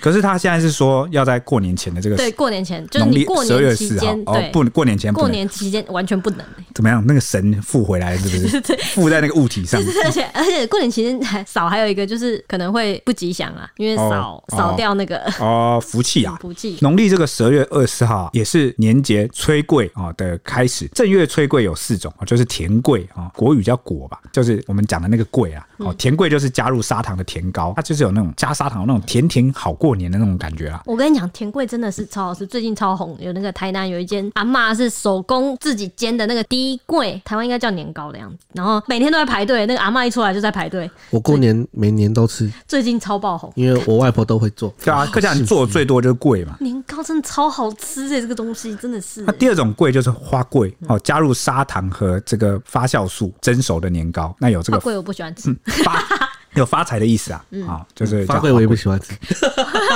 [SPEAKER 3] 可是他现在是说要在过年前的这个
[SPEAKER 2] 对，过年前就是
[SPEAKER 3] 农
[SPEAKER 2] 你
[SPEAKER 3] 历
[SPEAKER 2] 过
[SPEAKER 3] 十二
[SPEAKER 2] 年
[SPEAKER 3] 月
[SPEAKER 2] 期
[SPEAKER 3] 四号
[SPEAKER 2] 间，
[SPEAKER 3] 哦
[SPEAKER 2] 对，，
[SPEAKER 3] 不，过年前不
[SPEAKER 2] 过
[SPEAKER 3] 能
[SPEAKER 2] 年期间完全不能。
[SPEAKER 3] 怎么样？那个神附回来 是不是？附在那个物体上。
[SPEAKER 2] 而且而且过年期间还扫还有一个就是可能会不吉祥啊，因为扫
[SPEAKER 3] 哦
[SPEAKER 2] 扫
[SPEAKER 3] 哦
[SPEAKER 2] 掉那个
[SPEAKER 3] 哦，福气啊，
[SPEAKER 2] 福气
[SPEAKER 3] 农历这个十二月二十号啊也是年节催桂啊的开始。正月催桂有四种啊，就是甜桂啊，国语叫果吧，就是我们讲的那个桂啊。哦，甜桂就是加入砂糖的甜糕，它就是有那种加砂糖那种甜甜好过年的那种感觉啊。
[SPEAKER 2] 我跟你讲，甜桂真的是超好吃，最近超红。有那个台南有一间阿嬷是手工自己煎的那个低桂，台湾应该叫年糕的样子。然后每天都在排队，那个阿嬷一出来就在排队，
[SPEAKER 1] 我过年每年都吃，
[SPEAKER 2] 最近超爆红。
[SPEAKER 1] 因为我外婆都会做。
[SPEAKER 3] 对 啊，客家人做的最多就是桂嘛。
[SPEAKER 2] 年糕真的超好吃诶、这个东西真的是
[SPEAKER 3] 那第二种桂就是花桂哦，加入砂糖和这个发酵素蒸熟的年糕，那有这
[SPEAKER 2] 花
[SPEAKER 3] 个
[SPEAKER 2] 桂我不喜欢吃，
[SPEAKER 3] 发有发财的意思啊，啊，就是叫
[SPEAKER 1] 发桂我也不喜欢吃，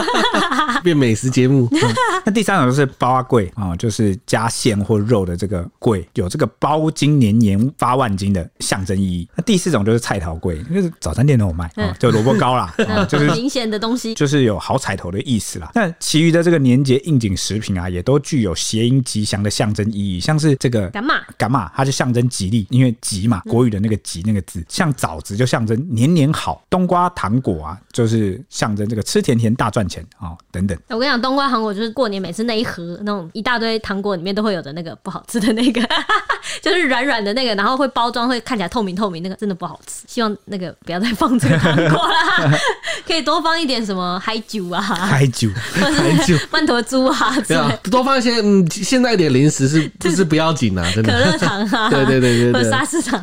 [SPEAKER 1] 变美食节目。
[SPEAKER 3] 嗯那第三种就是包啊桂啊、就是加馅或肉的这个桂，有这个包金年年发万金的象征意义。那第四种就是菜桃桂，就是早餐店都有卖啊、
[SPEAKER 2] 嗯
[SPEAKER 3] 就萝卜糕 啦，啊就是
[SPEAKER 2] 很明显的东西。
[SPEAKER 3] 就是有好彩头的意思啦。那其余的这个年节应景食品啊，也都具有谐音吉祥的象征意义，像是这个
[SPEAKER 2] 干嗯嘛？
[SPEAKER 3] 干嘛，它就象征吉利，因为吉嘛，国语的那个吉那个字，像枣子就象征年年好，冬瓜糖果啊，就是象征这个吃甜甜大赚钱啊、等等。
[SPEAKER 2] 我跟你讲，冬瓜糖果就是过年每次那一盒那种一大堆糖果里面都会有的那个不好吃的那个， 就是软软的那个，然后会包装会看起来透明透明那个，真的不好吃。希望那个不要再放这个糖果啦， 可以多放一点什么嗨酒啊，
[SPEAKER 3] 开 酒，
[SPEAKER 2] 或者是曼陀珠啊之
[SPEAKER 1] 对
[SPEAKER 2] 类
[SPEAKER 1] 啊
[SPEAKER 2] 的，，
[SPEAKER 1] 多放一些嗯，现在一点零食 是不是不要紧啊？真
[SPEAKER 2] 可乐
[SPEAKER 1] 的。
[SPEAKER 2] 糖啊，
[SPEAKER 1] 对对对对
[SPEAKER 2] 或
[SPEAKER 1] 对
[SPEAKER 2] 者沙士糖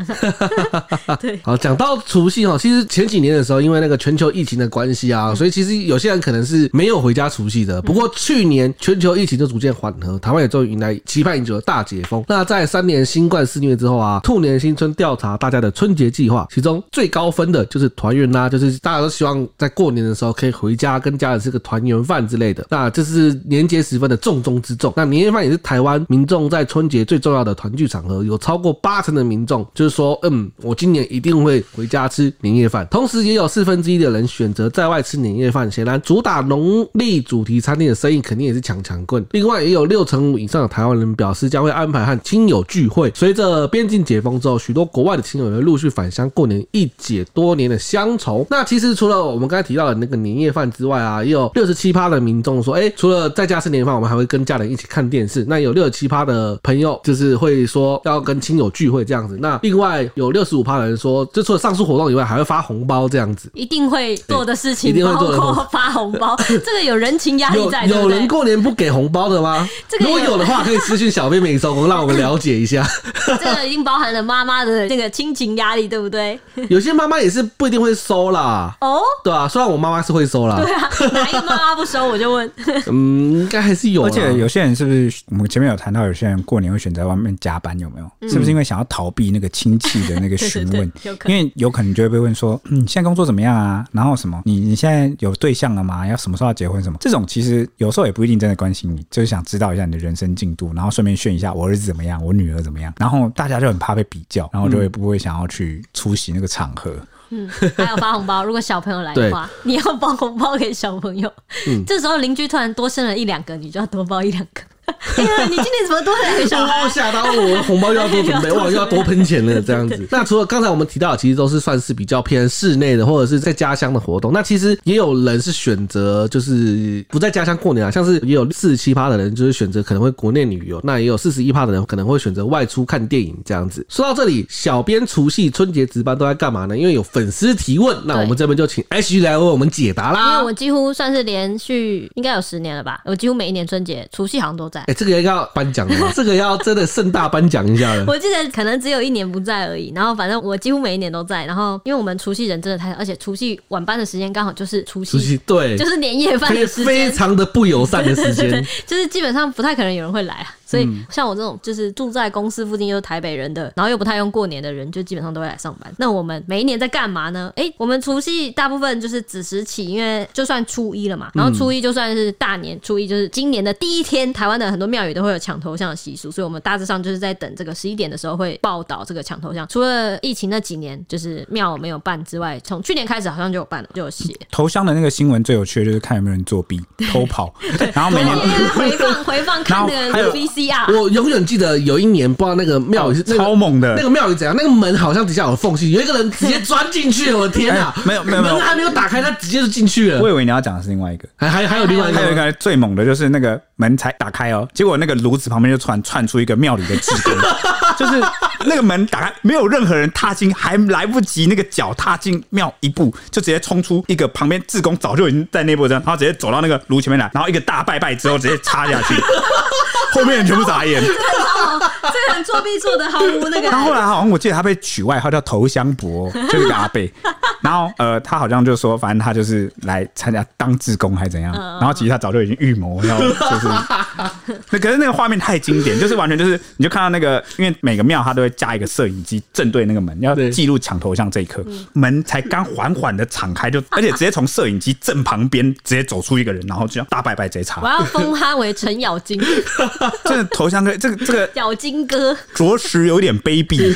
[SPEAKER 2] 啊，对。
[SPEAKER 1] 好，讲到除夕哦，其实前几年的时候，因为那个全球疫情的关系啊，所以其实有些人可能是没有回家除夕的。不过去年全球疫情就逐渐缓和，台湾也终于迎来期盼已久的大解封。那在三年新冠肆虐之后啊，兔年新春调查大家的春节计划，其中最高分的就是团圆啦、就是大家都希望在过年的时候可以回家跟家人吃个团圆饭之类的。那这是年节时分的重中之重。那年夜饭也是台湾民众在春节最重要的团聚场合，有超过八成的民众就是说，嗯，我今年一定会回家吃年夜饭。同时，也有四分之一的人选择在外吃年夜饭。显然，主打农历主题餐厅的生意肯定也是强强棍。另外，也有六成五以上的台湾人表示将会安排和亲友聚会。随着边境解封之后，许多国外的亲友也会陆续返乡过年，一解多年的乡愁。那其实除了我们刚才提到的那个年夜饭之外啊，也有六十七趴的民众说，哎、除了在家吃年夜饭，我们还会跟家人一起看电视。那有六十七趴的朋友就是会说要跟亲友聚会这样子。那另外有六十五趴的人说，就除了上述活动以外，还会发红包这样子。
[SPEAKER 2] 一定会做做的事情，
[SPEAKER 1] 一定会
[SPEAKER 2] 包
[SPEAKER 1] 做的
[SPEAKER 2] 括发红包，这个有人情压力
[SPEAKER 1] 有
[SPEAKER 2] 在，对
[SPEAKER 1] 有
[SPEAKER 2] 不
[SPEAKER 1] 人
[SPEAKER 2] 对？
[SPEAKER 1] 过年不给红包的吗？
[SPEAKER 2] 这个
[SPEAKER 1] 如果有的话，可以私信小编美松，让我们了解一 下。
[SPEAKER 2] 这个已经包含了妈妈的那个亲情压力，对不对？
[SPEAKER 1] 有些妈妈也是不一定会收啦，
[SPEAKER 2] 哦，
[SPEAKER 1] 对啊，虽然我妈妈是会收啦，
[SPEAKER 2] 对 啊，哪一个妈妈不收我就问，
[SPEAKER 1] 嗯，应该还是有啦。
[SPEAKER 3] 而且有些人是不是我们前面有谈到，有些人过年会选择外面加班，有没有？是不是因为想要逃避那个亲戚的 那个询
[SPEAKER 2] 嗯对
[SPEAKER 3] 问
[SPEAKER 2] 对对有？可
[SPEAKER 3] 因
[SPEAKER 2] 能
[SPEAKER 3] 为有可能就会被问说，嗯，你现在工作怎么样啊？然后什么？你你现在有对象了吗？要什么时候要结婚？什么？这种其实有时候也不一定真的关心你，就是想知道一下你的人生进度，然后顺便炫一下我儿子怎么样，我女儿怎么样。然后大家就很怕被比较，然后就会不会想要去出席那个场合。
[SPEAKER 2] 嗯，还有发红包，如果小朋友来的话，你要包红包给小朋友。
[SPEAKER 1] 嗯
[SPEAKER 2] 这时候邻居突然多生了一两个，你就要多包一 两个。哎呀，你今年怎么多了两个小
[SPEAKER 1] 我
[SPEAKER 2] 孩？
[SPEAKER 1] 吓到我，红包又要多准备， 哇，又
[SPEAKER 2] 又要多准备
[SPEAKER 1] 要多喷钱了这样子。那除了刚才我们提到的，其实都是算是比较偏室内的，或者是在家乡的活动。那其实也有人是选择就是不在家乡过年啊，像是也有四十七趴的人就是选择可能会国内旅游，那也有四十一趴的人可能会选择外出看电影这样子。说到这里，小编除夕春节值班都在干嘛呢？因为有粉丝提问，那我们这边就请 H 来为我们解答
[SPEAKER 2] 因为
[SPEAKER 1] 啦
[SPEAKER 2] 我。几乎算是连续应该有十年了吧，我几乎每一年春节、除夕好像都在。
[SPEAKER 1] 哎、这个要颁奖 了吗？这个要真的盛大颁奖一下了。
[SPEAKER 2] 我记得可能只有一年不在而已，然后反正我几乎每一年都在。然后因为我们除夕人真的太少，而且除夕晚班的时间刚好就是除夕，
[SPEAKER 1] 除夕对，
[SPEAKER 2] 就是年夜饭
[SPEAKER 1] 可以
[SPEAKER 2] 的时
[SPEAKER 1] 非
[SPEAKER 2] 间，
[SPEAKER 1] 常的不友善的时
[SPEAKER 2] 对
[SPEAKER 1] 间，，
[SPEAKER 2] 就是基本上不太可能有人会来啊。所以
[SPEAKER 3] 嗯
[SPEAKER 2] 像我这种就是住在公司附近又是台北人的，然后又不太用过年的人，就基本上都会来上班。那我们每一年在干嘛呢？诶，我们除夕大部分就是子时起，因为就算初一了嘛，然后
[SPEAKER 3] 嗯
[SPEAKER 2] 初一就算是大年，初一就是今年的第一天，台湾的很多庙宇都会有抢头像的习俗，所以我们大致上就是在等这个十一点的时候会报道这个抢头像。除了疫情那几年就是庙没有办之外，从去年开始好像就有办了，就有写。
[SPEAKER 3] 头香的那个新闻最有趣的就是看有没有人作弊、偷 跑，然后每
[SPEAKER 2] 因
[SPEAKER 3] 年
[SPEAKER 2] 为回放回放看那
[SPEAKER 3] 然后还
[SPEAKER 2] 个
[SPEAKER 3] 有
[SPEAKER 2] VCR，
[SPEAKER 1] 我永远记得有一年，不知道那个庙宇是、那个
[SPEAKER 3] 哦超猛的
[SPEAKER 1] 那个庙宇怎样，那个门好像底下有缝隙，有一个人直接钻进去了，我的天啊！
[SPEAKER 3] 哎没有没有没有
[SPEAKER 1] 门还没有打开，他直接就进去了
[SPEAKER 3] 我。以为你要讲的是另外一个，
[SPEAKER 1] 还还还有另外一个，
[SPEAKER 3] 还有一个最猛的就是那个门才打开哦，结果那个炉子旁边就窜窜出一个庙里的职工，就是那个门打开，没有任何人踏进，还来不及那个脚踏进庙一步，就直接冲出一个旁边志工早就已经在内部这样，然后直接走到那个炉前面来，然后一个大拜拜之后直接插下去，后面人全部傻眼。
[SPEAKER 2] 哦这个人作弊做的毫无那个。
[SPEAKER 3] 他后来好像我记得他被取外号叫头 香伯，就是个阿贝。然后呃，他好像就说，反正他就是来参加当志工还是
[SPEAKER 2] 嗯
[SPEAKER 3] 怎样。然后其实他早就已经预谋要就是， 那可是那个画面太经典，就是完全就是你就看到那个，因为每个庙它都会架一个摄影机正对那个门，要
[SPEAKER 1] 对
[SPEAKER 3] 记录抢头像这一刻，
[SPEAKER 2] 嗯
[SPEAKER 3] 门才刚缓缓的敞开，就而且直接从摄影机正旁边直接走出一个人，然后就这样大拜拜直接插
[SPEAKER 2] 我，要封他为程咬 金，
[SPEAKER 3] 这个头像对这个这个
[SPEAKER 2] 咬金哥，
[SPEAKER 3] 着实有点 卑鄙。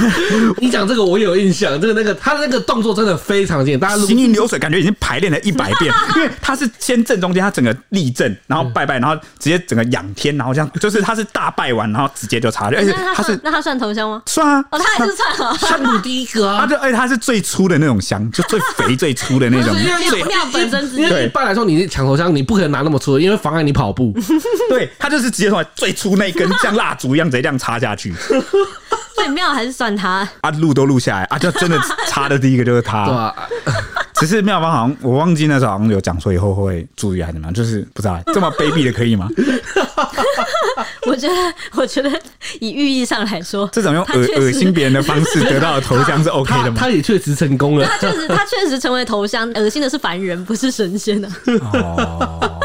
[SPEAKER 1] 你讲这个我也有印象，这个那个他的那个动作真的非常简单，大家如
[SPEAKER 3] 行云流水，感觉已经排练了一百 遍，因为他是先正中间，他整个立正，然后拜拜，然后直接整个仰天，然后这样，就是他是大拜完，然后直接就插下去，而且
[SPEAKER 2] 那
[SPEAKER 3] 哎他
[SPEAKER 2] 他
[SPEAKER 3] 是
[SPEAKER 2] 算那他算头香吗？
[SPEAKER 3] 算啊，
[SPEAKER 2] 哦，他还是算了。，
[SPEAKER 1] 山姆第一个
[SPEAKER 3] 他
[SPEAKER 1] 啊。
[SPEAKER 3] 就而且他是最粗的那种香，就最肥最粗的那 种最
[SPEAKER 2] 妙妙本身是
[SPEAKER 1] 因为
[SPEAKER 3] 对
[SPEAKER 1] 一般来说，你抢头香，你不可能拿那么粗的，因为妨碍你跑 步。
[SPEAKER 3] 对他就是直接从最粗那一根像蜡烛一样直接这样插下去，
[SPEAKER 2] 最妙还是算他。
[SPEAKER 3] 啊录都录下来啊，就真的插的第一个就是他，
[SPEAKER 2] 啊
[SPEAKER 1] 对吧？
[SPEAKER 3] 只是妙方好像我忘记那时候好像有讲说以后会注意还是怎么样，就是不知道这么卑鄙的可以吗？
[SPEAKER 2] 我觉得，我觉得以寓意上来说，
[SPEAKER 3] 这种用
[SPEAKER 2] 他
[SPEAKER 3] 恶
[SPEAKER 2] 确实
[SPEAKER 3] 恶心别人的方式得到的头像是 OK
[SPEAKER 1] 他
[SPEAKER 3] 的吗？
[SPEAKER 1] 他也确实成功了。
[SPEAKER 2] 他确 实，他确实成为头香。恶心的是凡人，不是神仙 啊。
[SPEAKER 3] 哦，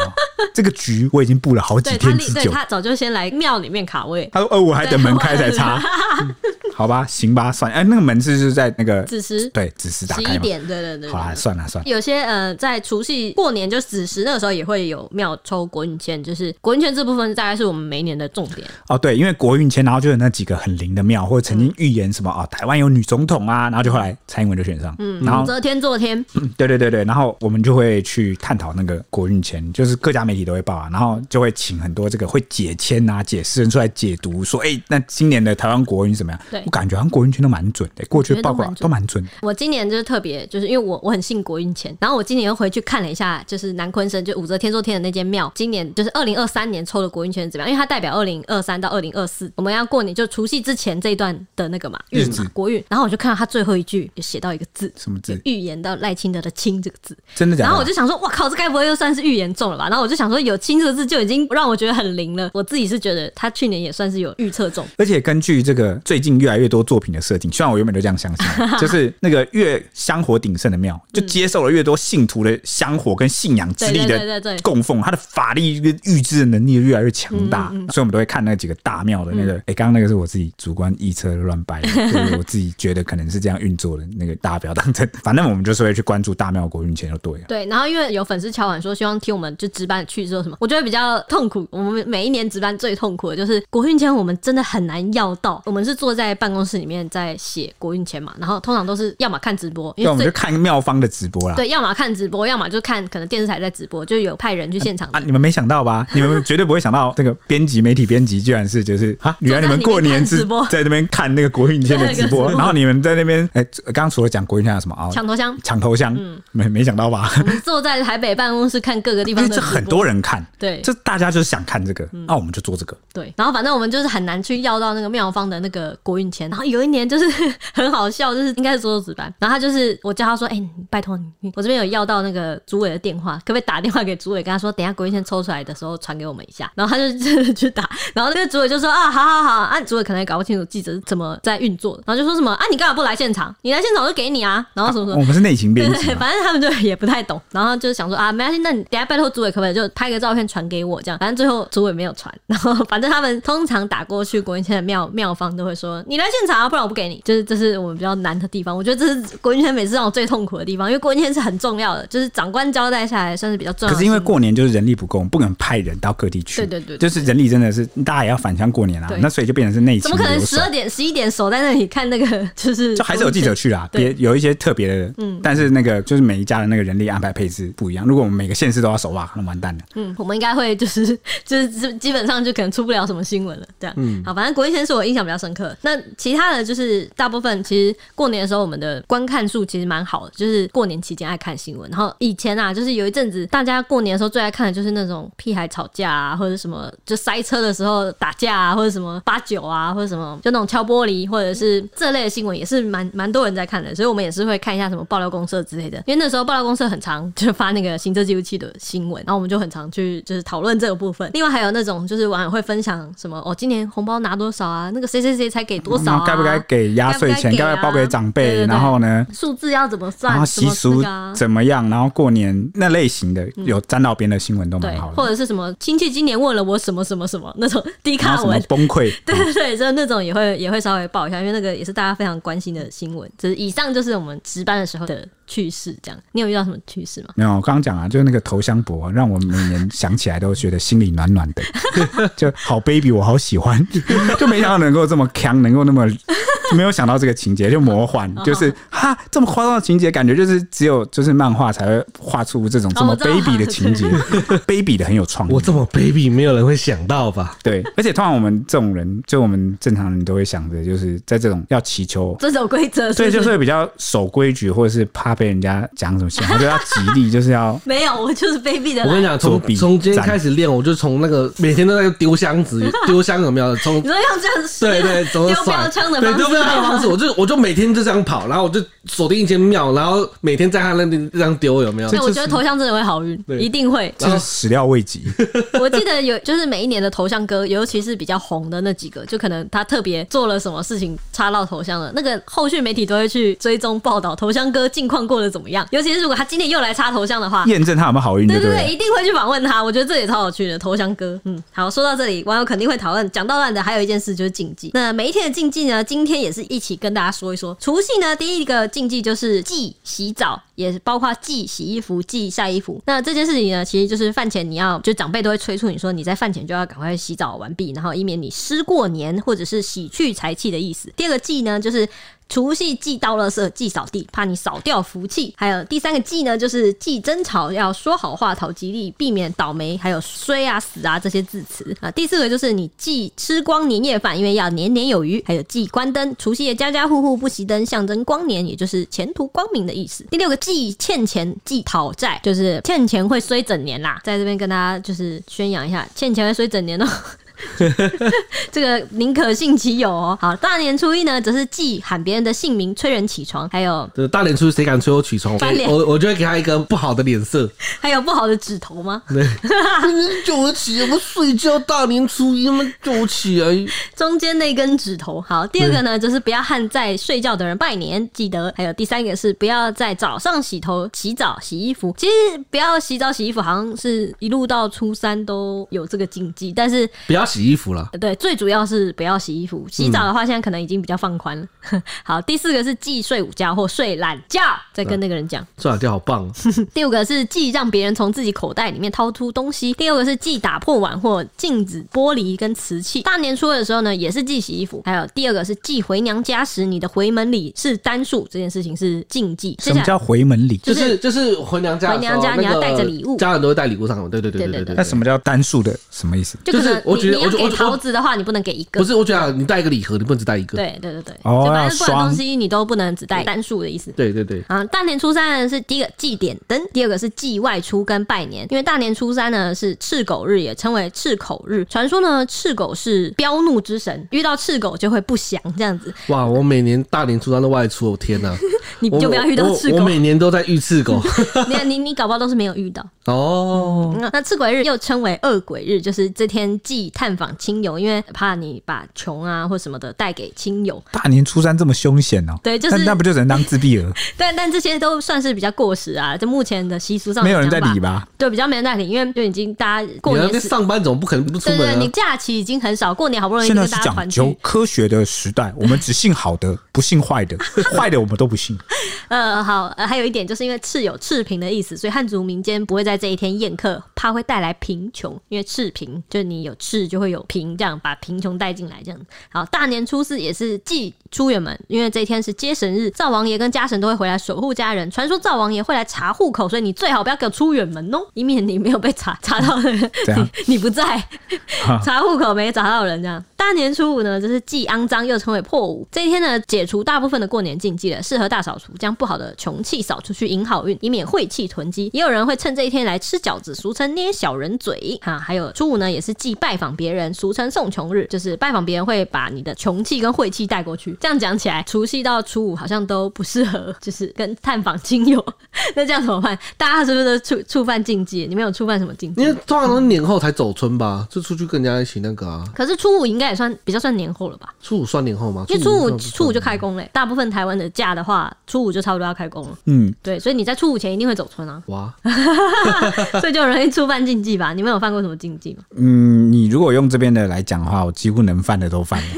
[SPEAKER 3] 这个局我已经布了好几
[SPEAKER 2] 对他
[SPEAKER 3] 天
[SPEAKER 2] 立，
[SPEAKER 3] 之
[SPEAKER 2] 对
[SPEAKER 3] 久。
[SPEAKER 2] 他早就先来庙里面卡位，
[SPEAKER 3] 他说：“哦，我还等门开 才插，嗯好吧，行吧，算了。哎，那个门是是在那个
[SPEAKER 2] 子时
[SPEAKER 3] 对子时打
[SPEAKER 2] 十
[SPEAKER 3] 开
[SPEAKER 2] 一
[SPEAKER 3] 嘛？
[SPEAKER 2] 点，对对对对。
[SPEAKER 3] 好啦，算了算了，
[SPEAKER 2] 有些呃，在除夕过年就子时那个时候也会有庙抽国运签，就是国运签这部分大概是我们每一年的重点。
[SPEAKER 3] 哦，对，因为国运签，然后就有那几个很灵的庙，或者曾
[SPEAKER 2] 嗯
[SPEAKER 3] 经预言什么啊、哦，台湾有女总统啊，然后就后来蔡英文就选上，嗯，然后嗯
[SPEAKER 2] 武则天坐天，
[SPEAKER 3] 对对对对，然后我们就会去探讨那个国运签，就是各家媒体都会报啊，然后就会请很多这个会解签啊、解释人出来解读，说哎、那今年的台湾国运怎么样？
[SPEAKER 2] 对
[SPEAKER 3] 我感觉好像国运圈都蛮准的，过去的报
[SPEAKER 2] 我
[SPEAKER 3] 告
[SPEAKER 2] 觉得
[SPEAKER 3] 都
[SPEAKER 2] 都
[SPEAKER 3] 蛮准的。
[SPEAKER 2] 我今年就是特别，就是因为我我很信国运钱，然后我今年又回去看了一下，就是南昆生，就武则天说天的那间庙，今年就是二零二三年抽的国运钱怎么样？因为它代表二零二三到二零二四，我们要过年就除夕之前这一段的那个嘛
[SPEAKER 3] 日
[SPEAKER 2] 日
[SPEAKER 3] 子
[SPEAKER 2] 嘛国运，然后我就看到他最后一句有写到一个字，
[SPEAKER 3] 什么字啊
[SPEAKER 2] 有预言到赖清德的清这个字，
[SPEAKER 3] 真的假的？
[SPEAKER 2] 然后我就想说，哇靠，这该不会又算是预言中了吧？然后我就想说，有清这个字就已经让我觉得很灵了。我自己是觉得他去年也算是有预测中，
[SPEAKER 3] 而且根据这个最近越来越多作品的设定，虽然我原本就这样相 信，就是那个越香火鼎盛的庙，
[SPEAKER 2] 嗯
[SPEAKER 3] 就接受了越多信徒的香火跟信仰之力
[SPEAKER 2] 对对对对
[SPEAKER 3] 的
[SPEAKER 2] 对
[SPEAKER 3] 供奉，他的法力跟预知的能力越来越强大，
[SPEAKER 2] 嗯
[SPEAKER 3] 所以我们都会看那几个大庙的那个。哎、刚刚那个是我自己主观臆测乱掰 的，就是我自己觉得可能是这样运作的，那个大家不要当真。反正我们就是会去关注大庙国运钱就对了。
[SPEAKER 2] 对，然后因为有粉丝敲碗说希望听我们就值班去之后什么，我觉得比较痛苦。我们每一年值班最痛苦的就是国运签，我们真的很难要到。我们是坐在办公室里面在写国运签嘛，然后通常都是要么看直播，因
[SPEAKER 3] 对，
[SPEAKER 2] 为
[SPEAKER 3] 我们
[SPEAKER 2] 最
[SPEAKER 3] 就看啊庙方的直播啦。
[SPEAKER 2] 对，要么看直播，要么就看可能电视台在直播，就有派人去现场
[SPEAKER 3] 啊，你们没想到吧？你们绝对不会想到，这个编辑、媒体编辑居然 是就是啊，原来你们过年
[SPEAKER 2] 坐在那里面看直播
[SPEAKER 3] 是在那边看那个国运天的直 播，
[SPEAKER 2] 看那个直播
[SPEAKER 3] 然后你们在那边哎，刚刚除了讲国运天还有什么啊？
[SPEAKER 2] 啊抢头嗯香。
[SPEAKER 3] 抢头香，没没想到吧？
[SPEAKER 2] 我们坐在台北办公室看各个地
[SPEAKER 3] 因
[SPEAKER 2] 方
[SPEAKER 3] 为
[SPEAKER 2] 的
[SPEAKER 3] 哎这
[SPEAKER 2] 直
[SPEAKER 3] 很
[SPEAKER 2] 播
[SPEAKER 3] 多人看，
[SPEAKER 2] 对嗯
[SPEAKER 3] 这大家就是想看这个，啊那我们就做这个。
[SPEAKER 2] 对，然后反正我们就是很难去要到那个妙方的那个国运签。然后有一年就是 很好笑，就是应该是做值班，然后他就是我叫他说：“哎、你拜托你，我这边有要到那个主委的电话，可不可以打电话给主委，跟他说等一下国运签抽出来的时候传给我们一下？” 然后他就真的去打，然后那个主委就说：“啊，好 好好，啊，主委可能也搞不清楚记者是怎么在运作的，然后就说什么啊，你干嘛不来现场？你来现场我就给你啊，然后什么什么。
[SPEAKER 3] 我们是内勤
[SPEAKER 2] 对
[SPEAKER 3] 编辑
[SPEAKER 2] 对，
[SPEAKER 3] 嘛，
[SPEAKER 2] 反正他们就也不太懂，然后就想说啊，没关系，那你等一下拜托组委可不可以就拍个照片传给我这样？反正最后组委没有传，然后反正他们通常打过去国运圈的庙庙方都会说你来现场啊，不然我不给你。就是这是我们比较难的地方，我觉得这是国运圈每次让我最痛苦的地方，因为国运圈是很重要的，就是长官交代下来算是比较重要
[SPEAKER 3] 可
[SPEAKER 2] 的。
[SPEAKER 3] 是因为过年就是人力不够，我们不可能派人到各地去，
[SPEAKER 2] 对对对对
[SPEAKER 3] 就是人力真的是大家也要返乡过年啊
[SPEAKER 2] 对，
[SPEAKER 3] 那所以就变成是内勤，
[SPEAKER 2] 怎么可能十二点十一点守在那里看那个就是
[SPEAKER 3] 就还是 有记者去啦，
[SPEAKER 2] 对嗯
[SPEAKER 3] 别有一些特别的，但是那个就是每一家的那个人力安排配置不一样。如果我们每个县市都要守哇，那完蛋了。
[SPEAKER 2] 嗯，我们应该会就是 就是基基本上就可能出不了什么新闻了，这样。好，反正国际先是我印象比较深刻。那其他的就是大部分其实过年的时候我们的观看数其实蛮好的，就是过年期间爱看新闻。然后以前啊，就是有一阵子大家过年的时候最爱看的就是那种屁孩吵架啊，或者什么就塞车的时候打架啊，或者什么八九啊，或者什么就那种敲玻璃或者是这类的新闻也是蛮蛮多人在看的，所以我们也是会看一下什么爆料公社之类的，因为那时候爆料公社很长，就发那个行车记录器的新闻，然后我们就很常去就是讨论这个部分。另外还有那种就是网友会分享什么哦，今年红包拿多少啊，那个谁谁谁才给多少
[SPEAKER 3] 然
[SPEAKER 2] 啊，
[SPEAKER 3] 后该不该给压岁
[SPEAKER 2] 该不
[SPEAKER 3] 钱？该不
[SPEAKER 2] 该给啊
[SPEAKER 3] 该包给长
[SPEAKER 2] 对对
[SPEAKER 3] 辈？
[SPEAKER 2] 对
[SPEAKER 3] 然后呢？
[SPEAKER 2] 数字要怎么算，
[SPEAKER 3] 然后
[SPEAKER 2] 什
[SPEAKER 3] 习
[SPEAKER 2] 么
[SPEAKER 3] 俗
[SPEAKER 2] 那个啊嗯
[SPEAKER 3] 怎么样？然后过年那类型的有沾到边的新闻都蛮
[SPEAKER 2] 对
[SPEAKER 3] 好，的，
[SPEAKER 2] 或者是什么亲戚今年问了我什么什么什么那种低
[SPEAKER 3] 然
[SPEAKER 2] 卡
[SPEAKER 3] 后什么
[SPEAKER 2] 文，
[SPEAKER 3] 崩溃，
[SPEAKER 2] 对对对，就是那种也会也会稍微报一下，因为那个也是大家非常关心的新闻。就是以上就是我们值班的时候的趣事，这样。你有遇到什么趣事吗？
[SPEAKER 3] 没有，我刚刚讲啊，就是那个头香博，让我每年想起来都觉得心里暖暖的， 就好 baby，我好喜欢， 就没想到能够这么强，能够那么。没有想到这个情节就 魔幻，
[SPEAKER 2] 嗯
[SPEAKER 3] 就是哈这么夸张的情节，感觉就是只有就是漫画才会画出这种这
[SPEAKER 2] 哦
[SPEAKER 3] 么
[SPEAKER 2] 我知道
[SPEAKER 3] baby 的 情节，baby 的很有创意。
[SPEAKER 1] 我这么 baby，没有人会想到吧？
[SPEAKER 3] 对，而且通常我们这种人，就我们正常人都会想着，就是在这种要祈求
[SPEAKER 2] 遵守规则，
[SPEAKER 3] 对，
[SPEAKER 2] 是
[SPEAKER 3] 就
[SPEAKER 2] 不
[SPEAKER 3] 是会比较守规矩，或者是怕被人家讲什么想法，就要吉利，就是 要
[SPEAKER 2] 没有，我就是卑鄙的
[SPEAKER 1] 我跟你
[SPEAKER 2] 来。
[SPEAKER 1] 讲，
[SPEAKER 3] 作
[SPEAKER 1] 从
[SPEAKER 3] 弊
[SPEAKER 1] 从今天
[SPEAKER 3] 展
[SPEAKER 1] 开始练，我就从那个每天都在丢箱子， 丢箱有没有？从
[SPEAKER 2] 你说用这样
[SPEAKER 1] 对对，怎么
[SPEAKER 2] 丢标
[SPEAKER 1] 甩
[SPEAKER 2] 枪的
[SPEAKER 1] 对，
[SPEAKER 2] 方
[SPEAKER 1] 丢标枪的方
[SPEAKER 2] 式，
[SPEAKER 1] 式，我就我就每天就这样跑，然后我就锁定一间庙，然后每天在他那边这样丢，有没有？
[SPEAKER 2] 对，我觉得头像真的会好运，
[SPEAKER 1] 对
[SPEAKER 2] 一定会。
[SPEAKER 3] 就是始料未及。
[SPEAKER 2] 我记得有，就是每一年的头像歌，尤其是比较红的那几个，就可能他特别做了什么事情插到头像了，那个后续媒体都会去追踪报道头像歌近况过得怎么样。尤其是如果他今年又来插头像的话，
[SPEAKER 3] 验证他有没有好运，
[SPEAKER 2] 对
[SPEAKER 3] 对
[SPEAKER 2] 对
[SPEAKER 3] 了
[SPEAKER 2] 对，一定会去访问他。我觉得这也超有趣的，投降哥。嗯，好，说到这里，网友肯定会讨论。讲到烂的，还有一件事就是禁忌。那每一天的禁忌呢，今天也是一起跟大家说一说。除夕呢，第一个禁忌就是忌洗澡。也包括寄洗衣服、寄晒衣服。那这件事情呢，其实就是饭前你要，就长辈都会催促你说，你在饭前就要赶快洗澡完毕，然后以免你湿过年或者是洗去财气的意思。第二个忌呢，就是除夕忌倒垃圾、忌扫地，怕你扫掉福气。还有第三个忌呢，就是忌争吵，要说好话、讨吉利，避免倒霉，还有衰啊、死啊这些字词啊。第四个就是你忌吃光年夜饭，因为要年年有余。还有忌关灯，除夕夜家家户户不熄灯，象征光年，也就是前途光明的意思。第六个忌欠钱，忌讨债，就是欠钱会衰整年啦。在这边跟大家就是宣扬一下，欠钱会衰整年哦、 这个宁可信其有哦。好，大年初一呢，则是忌喊别人的姓名，催人起床，还有
[SPEAKER 1] 这大年初谁敢催我起床，
[SPEAKER 2] 翻脸
[SPEAKER 1] 我我我就会给他一个不好的脸 色。
[SPEAKER 2] 还有不好的指头吗？
[SPEAKER 1] 你叫我起，我睡觉，大年初一他妈叫我起来，
[SPEAKER 2] 中间那根指头。好，第二个呢，就是不要和在睡觉的人拜年，记得。还有第三个是不要在早上洗头、洗澡、洗衣服。其实不要洗澡、洗衣服，好像是一路到初三都有这个禁忌，但是
[SPEAKER 1] 不要洗衣服了。
[SPEAKER 2] 对，最主要是不要洗衣服。洗澡的话，现在可能已经比较放宽了。 好，第四个是忌睡午觉或睡懒觉，再跟那个人讲。
[SPEAKER 1] 这两天好棒哦，
[SPEAKER 2] 第五个是忌让别人从自己口袋里面掏出东西。第六个是忌打破碗或镜子、玻璃跟瓷器。大年初二的时候呢，也是忌洗衣服。还有第二个是忌回娘家时，你的回门礼是单数，这件事情是禁忌。接下
[SPEAKER 3] 什么
[SPEAKER 2] 来
[SPEAKER 3] 叫回门礼？
[SPEAKER 1] 就是就是回娘家的时候，
[SPEAKER 2] 回娘家
[SPEAKER 1] 那个
[SPEAKER 2] 你要带着礼物
[SPEAKER 1] 家人都会带礼物上门。对对对对
[SPEAKER 2] 对对
[SPEAKER 1] 对
[SPEAKER 3] 那
[SPEAKER 1] 对。
[SPEAKER 3] 什么叫单数的？什么意思？
[SPEAKER 2] 就可
[SPEAKER 1] 就是
[SPEAKER 2] 能
[SPEAKER 1] 我
[SPEAKER 2] 你
[SPEAKER 1] 觉得
[SPEAKER 2] 你要
[SPEAKER 1] 我觉
[SPEAKER 2] 给
[SPEAKER 1] 我觉
[SPEAKER 2] 桃子的话，你不能给一个
[SPEAKER 1] 不。是，我觉得你带一个礼盒，你不能只带一个。
[SPEAKER 2] 对对对对，
[SPEAKER 3] 哦
[SPEAKER 2] 就反
[SPEAKER 3] 要
[SPEAKER 2] 正不管
[SPEAKER 3] 双
[SPEAKER 2] 东西你都不能只带单数的意思。
[SPEAKER 1] 对对对，
[SPEAKER 2] 啊，大年初三呢是第一个祭点灯，第二个是祭外出跟拜年。因为大年初三呢是赤狗日，也称为赤口日。传说呢，赤狗是彪怒之神，遇到赤狗就会不祥这样子。
[SPEAKER 1] 哇！我每年大年初三都外出，我天哪！
[SPEAKER 2] 你就不要遇到赤
[SPEAKER 1] 我我
[SPEAKER 2] 狗
[SPEAKER 1] 我，每年都在遇刺 狗。
[SPEAKER 2] 你你你搞不好都是没有 遇到。
[SPEAKER 1] 哦，
[SPEAKER 2] 嗯那赤鬼日又称为恶鬼日，就是这天忌探访亲友，因为怕你把穷啊或什么的带给亲友。
[SPEAKER 3] 大年初三这么凶险哦？
[SPEAKER 2] 对就是
[SPEAKER 3] 那那不就只能当 自闭儿？
[SPEAKER 2] 但但这些都算是比较过时啊，在目前的习俗上
[SPEAKER 3] 没有人在
[SPEAKER 2] 来讲
[SPEAKER 3] 理吧？
[SPEAKER 2] 对，比较没人在理，因为就已经大家
[SPEAKER 1] 你
[SPEAKER 2] 过
[SPEAKER 1] 那
[SPEAKER 2] 年
[SPEAKER 1] 边
[SPEAKER 2] 时
[SPEAKER 1] 上班总不可能不出
[SPEAKER 2] 对对，
[SPEAKER 1] 门
[SPEAKER 2] 你
[SPEAKER 1] 啊？
[SPEAKER 2] 假期已经很少，过年好不容易
[SPEAKER 3] 现
[SPEAKER 2] 跟
[SPEAKER 3] 在
[SPEAKER 2] 大
[SPEAKER 3] 是
[SPEAKER 2] 家团
[SPEAKER 3] 讲究
[SPEAKER 2] 聚。
[SPEAKER 3] 科学的时代，我们只信好的，不信坏 的，坏的我们都不信。
[SPEAKER 2] 呃，好，呃，还有一点就是因为赤有赤贫的意思，所以汉族民间不会在这一天宴客，怕会带来贫穷，因为赤贫就是你有赤就会有贫，这样把贫穷带进来，这样。好，大年初四也是祭出远门，因为这一天是接神日，灶王爷跟家神都会回来守护家人。传说灶王爷会来查户口，所以你最好不要给我出远门哦，以免你没有被查查到的人
[SPEAKER 3] 怎样
[SPEAKER 2] 你你不在。查户口没找到人，这样。大年初五呢，就是既肮脏又称为破五。这一天呢，解除大部分的过年禁忌了，适合大扫除，将不好的穷气扫出去，迎好运，以免晦气囤积。也有人会趁这一天来吃饺子，俗称捏小人嘴啊。还有初五呢，也是忌拜访别人，俗称送穷日，就是拜访别人会把你的穷气跟晦气带过去。这样讲起来，除夕到初五好像都不适合，就是跟探访亲友。 那这样怎么办？大家是不是都触触犯禁忌？你们有触犯什么禁忌
[SPEAKER 1] 因？为通常都是年后才走春吧，就出去跟人家一起那个啊。
[SPEAKER 2] 可是初五应该也算比较算年后了吧？
[SPEAKER 1] 哦初五算年后吗？
[SPEAKER 2] 因为初
[SPEAKER 1] 那
[SPEAKER 2] 五
[SPEAKER 1] 不算，
[SPEAKER 2] 初五就开工嘞、大部分台湾的假的话，初五就差不多要开工了。
[SPEAKER 3] 嗯，
[SPEAKER 2] 对，所以你在初五前一定会走村啊
[SPEAKER 1] 哇，
[SPEAKER 2] 所以就容易触犯禁忌吧？你们有犯过什么禁忌吗？
[SPEAKER 3] 嗯，你如果用这边的来讲的话，我几乎能犯的都犯了，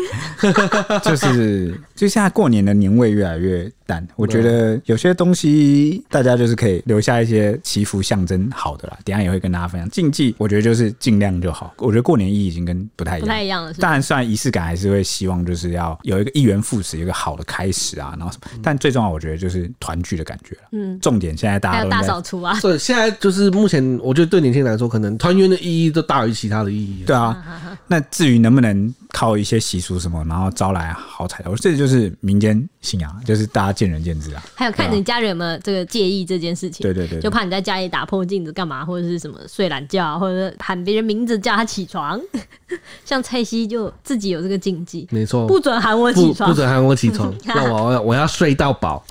[SPEAKER 3] 就是就现在过年的年味越来越淡，我觉得有些东西大家就是可以留下一些祈福象征好的啦，等一下也会跟大家分享。禁忌我觉得就是尽量就好，我觉得过年意义已经跟不太一
[SPEAKER 2] 不
[SPEAKER 3] 样
[SPEAKER 2] 太。一样了，是吧？
[SPEAKER 3] 当然，虽然仪式感还是会希望就是要有一个一元复始，有一个好的开始啊，然后什么，但最重要我觉得就是团聚的感觉嗯，重点现在大
[SPEAKER 2] 还有
[SPEAKER 3] 家都
[SPEAKER 2] 大
[SPEAKER 3] 应该
[SPEAKER 2] 扫除啊，
[SPEAKER 1] 对，现在就是目前，我觉得对年轻人来说，可能团圆的意义都大于其他的意义。
[SPEAKER 3] 对啊， 那至于能不能靠一些习俗什么，然后招来好彩头，这就是民间信仰，就是大家见仁见 智啊。
[SPEAKER 2] 还有看你家人有没有这个介意这件事情。
[SPEAKER 3] 对对啊对对
[SPEAKER 2] 就怕你在家里打破镜子干嘛，或者是什么睡懒觉啊，或者是喊别人名字叫他起床。 像蔡西就自己有这个禁忌，
[SPEAKER 1] 没错，
[SPEAKER 2] 不准喊我
[SPEAKER 1] 不
[SPEAKER 2] 起
[SPEAKER 1] 嗯不
[SPEAKER 2] 床。
[SPEAKER 1] 准喊我起 床，让我我要我要睡到饱。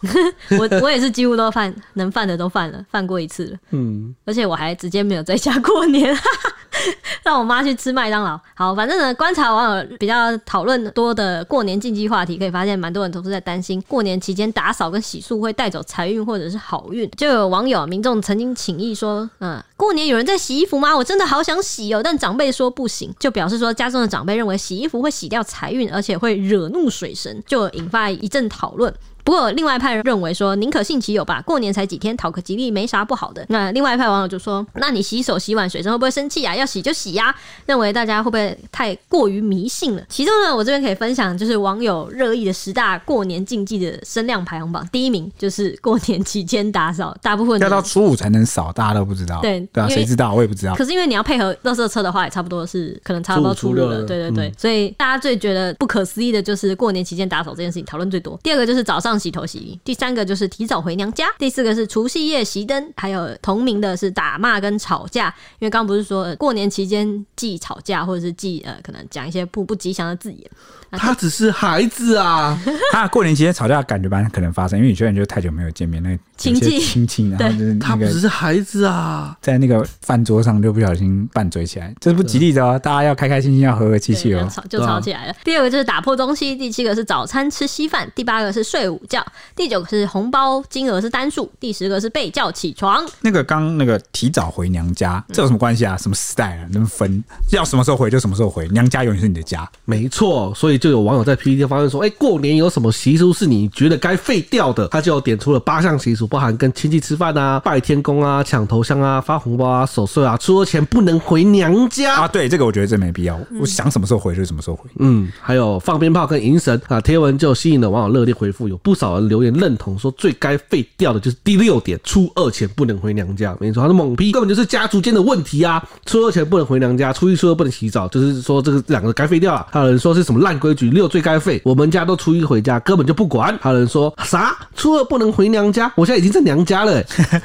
[SPEAKER 2] 我我也是几乎都犯，能犯的都犯了，犯过一次了。
[SPEAKER 1] 嗯，
[SPEAKER 2] 而且我还直接没有在家过年， 让我妈去吃麦当劳。好，反正呢，观察网友比较讨论多的过年禁忌话题，可以发现蛮多人都是在担心过年期间打扫跟洗漱会带走财运或者是好运。就有网友民众曾经请意说，嗯，过年有人在洗衣服吗？我真的好想洗哦，但长辈说不行，就表示说家中的长辈认为洗衣服会洗掉财运，而且会惹怒水神，就引发一阵讨论。不过另外一派人认为说，宁可信其有吧，过年才几天，讨个吉利没啥不好的。那另外一派网友就说，那你洗手洗碗水声会不会生气啊？要洗就洗呀、认为大家会不啊会太过于迷信了？其中呢，我这边可以分享就是网友热议的十大过年禁忌的声量排行榜，第一名就是过年期间打扫，大部分的
[SPEAKER 3] 要到初五才能扫，大家都不知道。
[SPEAKER 2] 对
[SPEAKER 3] 对啊，
[SPEAKER 2] 因为
[SPEAKER 3] 谁知道？我也不知道。
[SPEAKER 2] 可是因为你要配合垃圾车的话，也差不多是可能差不多
[SPEAKER 1] 初五
[SPEAKER 2] 初六
[SPEAKER 1] 初六
[SPEAKER 2] 了，
[SPEAKER 1] 了
[SPEAKER 2] 对对对，所以大家最觉得不可思议的就是过年期间打扫这件事情讨论最多。第二个就是早上洗头洗衣，第三个就是提早回娘家，第四个是除夕夜熄灯，还有同名的是打骂跟吵架。因为刚刚不是说、呃过年期间忌吵架，或者是忌呃可能讲一些不不吉祥的字眼，
[SPEAKER 1] 他只是孩子 啊，
[SPEAKER 3] 他过年期间吵架，感觉蛮可能发生，因为有些人就太久没有见面，那个
[SPEAKER 2] 亲戚
[SPEAKER 3] 有些亲戚，然后就是那
[SPEAKER 1] 他不
[SPEAKER 3] 个
[SPEAKER 1] 只是孩子啊，
[SPEAKER 3] 在那个饭桌上就不小心拌嘴起来，这是不吉利的哦。大家要开开心心，要和和气气
[SPEAKER 2] 对
[SPEAKER 3] 哦
[SPEAKER 2] 就。吵就吵起来了。第二个就是打破东西，第七个是早餐吃稀饭，第八个是睡午觉，第九个是红包金额是单数，第十个是被叫起床。
[SPEAKER 3] 那个刚那个提早回娘家，
[SPEAKER 2] 嗯
[SPEAKER 3] 这有什么关系啊？什么时代啊？能分要什么时候回就什么时候回，娘家永远是你的家。
[SPEAKER 1] 没错。所以就有网友在 PPT 发问说，哎、过年有什么习俗是你觉得该废掉的？他就点出了八项习俗，包含跟亲戚吃饭啊、拜天公啊、抢头香啊、发红包啊、守岁啊、初二前不能回娘家。
[SPEAKER 3] 啊，对，这个我觉得这没必要。
[SPEAKER 2] 嗯
[SPEAKER 3] 我想什么时候回就什么时候回。
[SPEAKER 1] 嗯，还有放鞭炮跟迎神啊，贴文就吸引了网友热烈回复，有不少人留言认同说最该废掉的就是第六点，初二前不能回娘家。没错，他的猛批根本就是家族间的问题啊，初二前不能回娘家，初一初二不能洗澡，就是说这个两个该废掉了。还有人说是什么烂规矩，六最该废，我们家都初一回家，根本就不管。还有人说啥初二不能回娘家，我现在已经在娘家了、欸。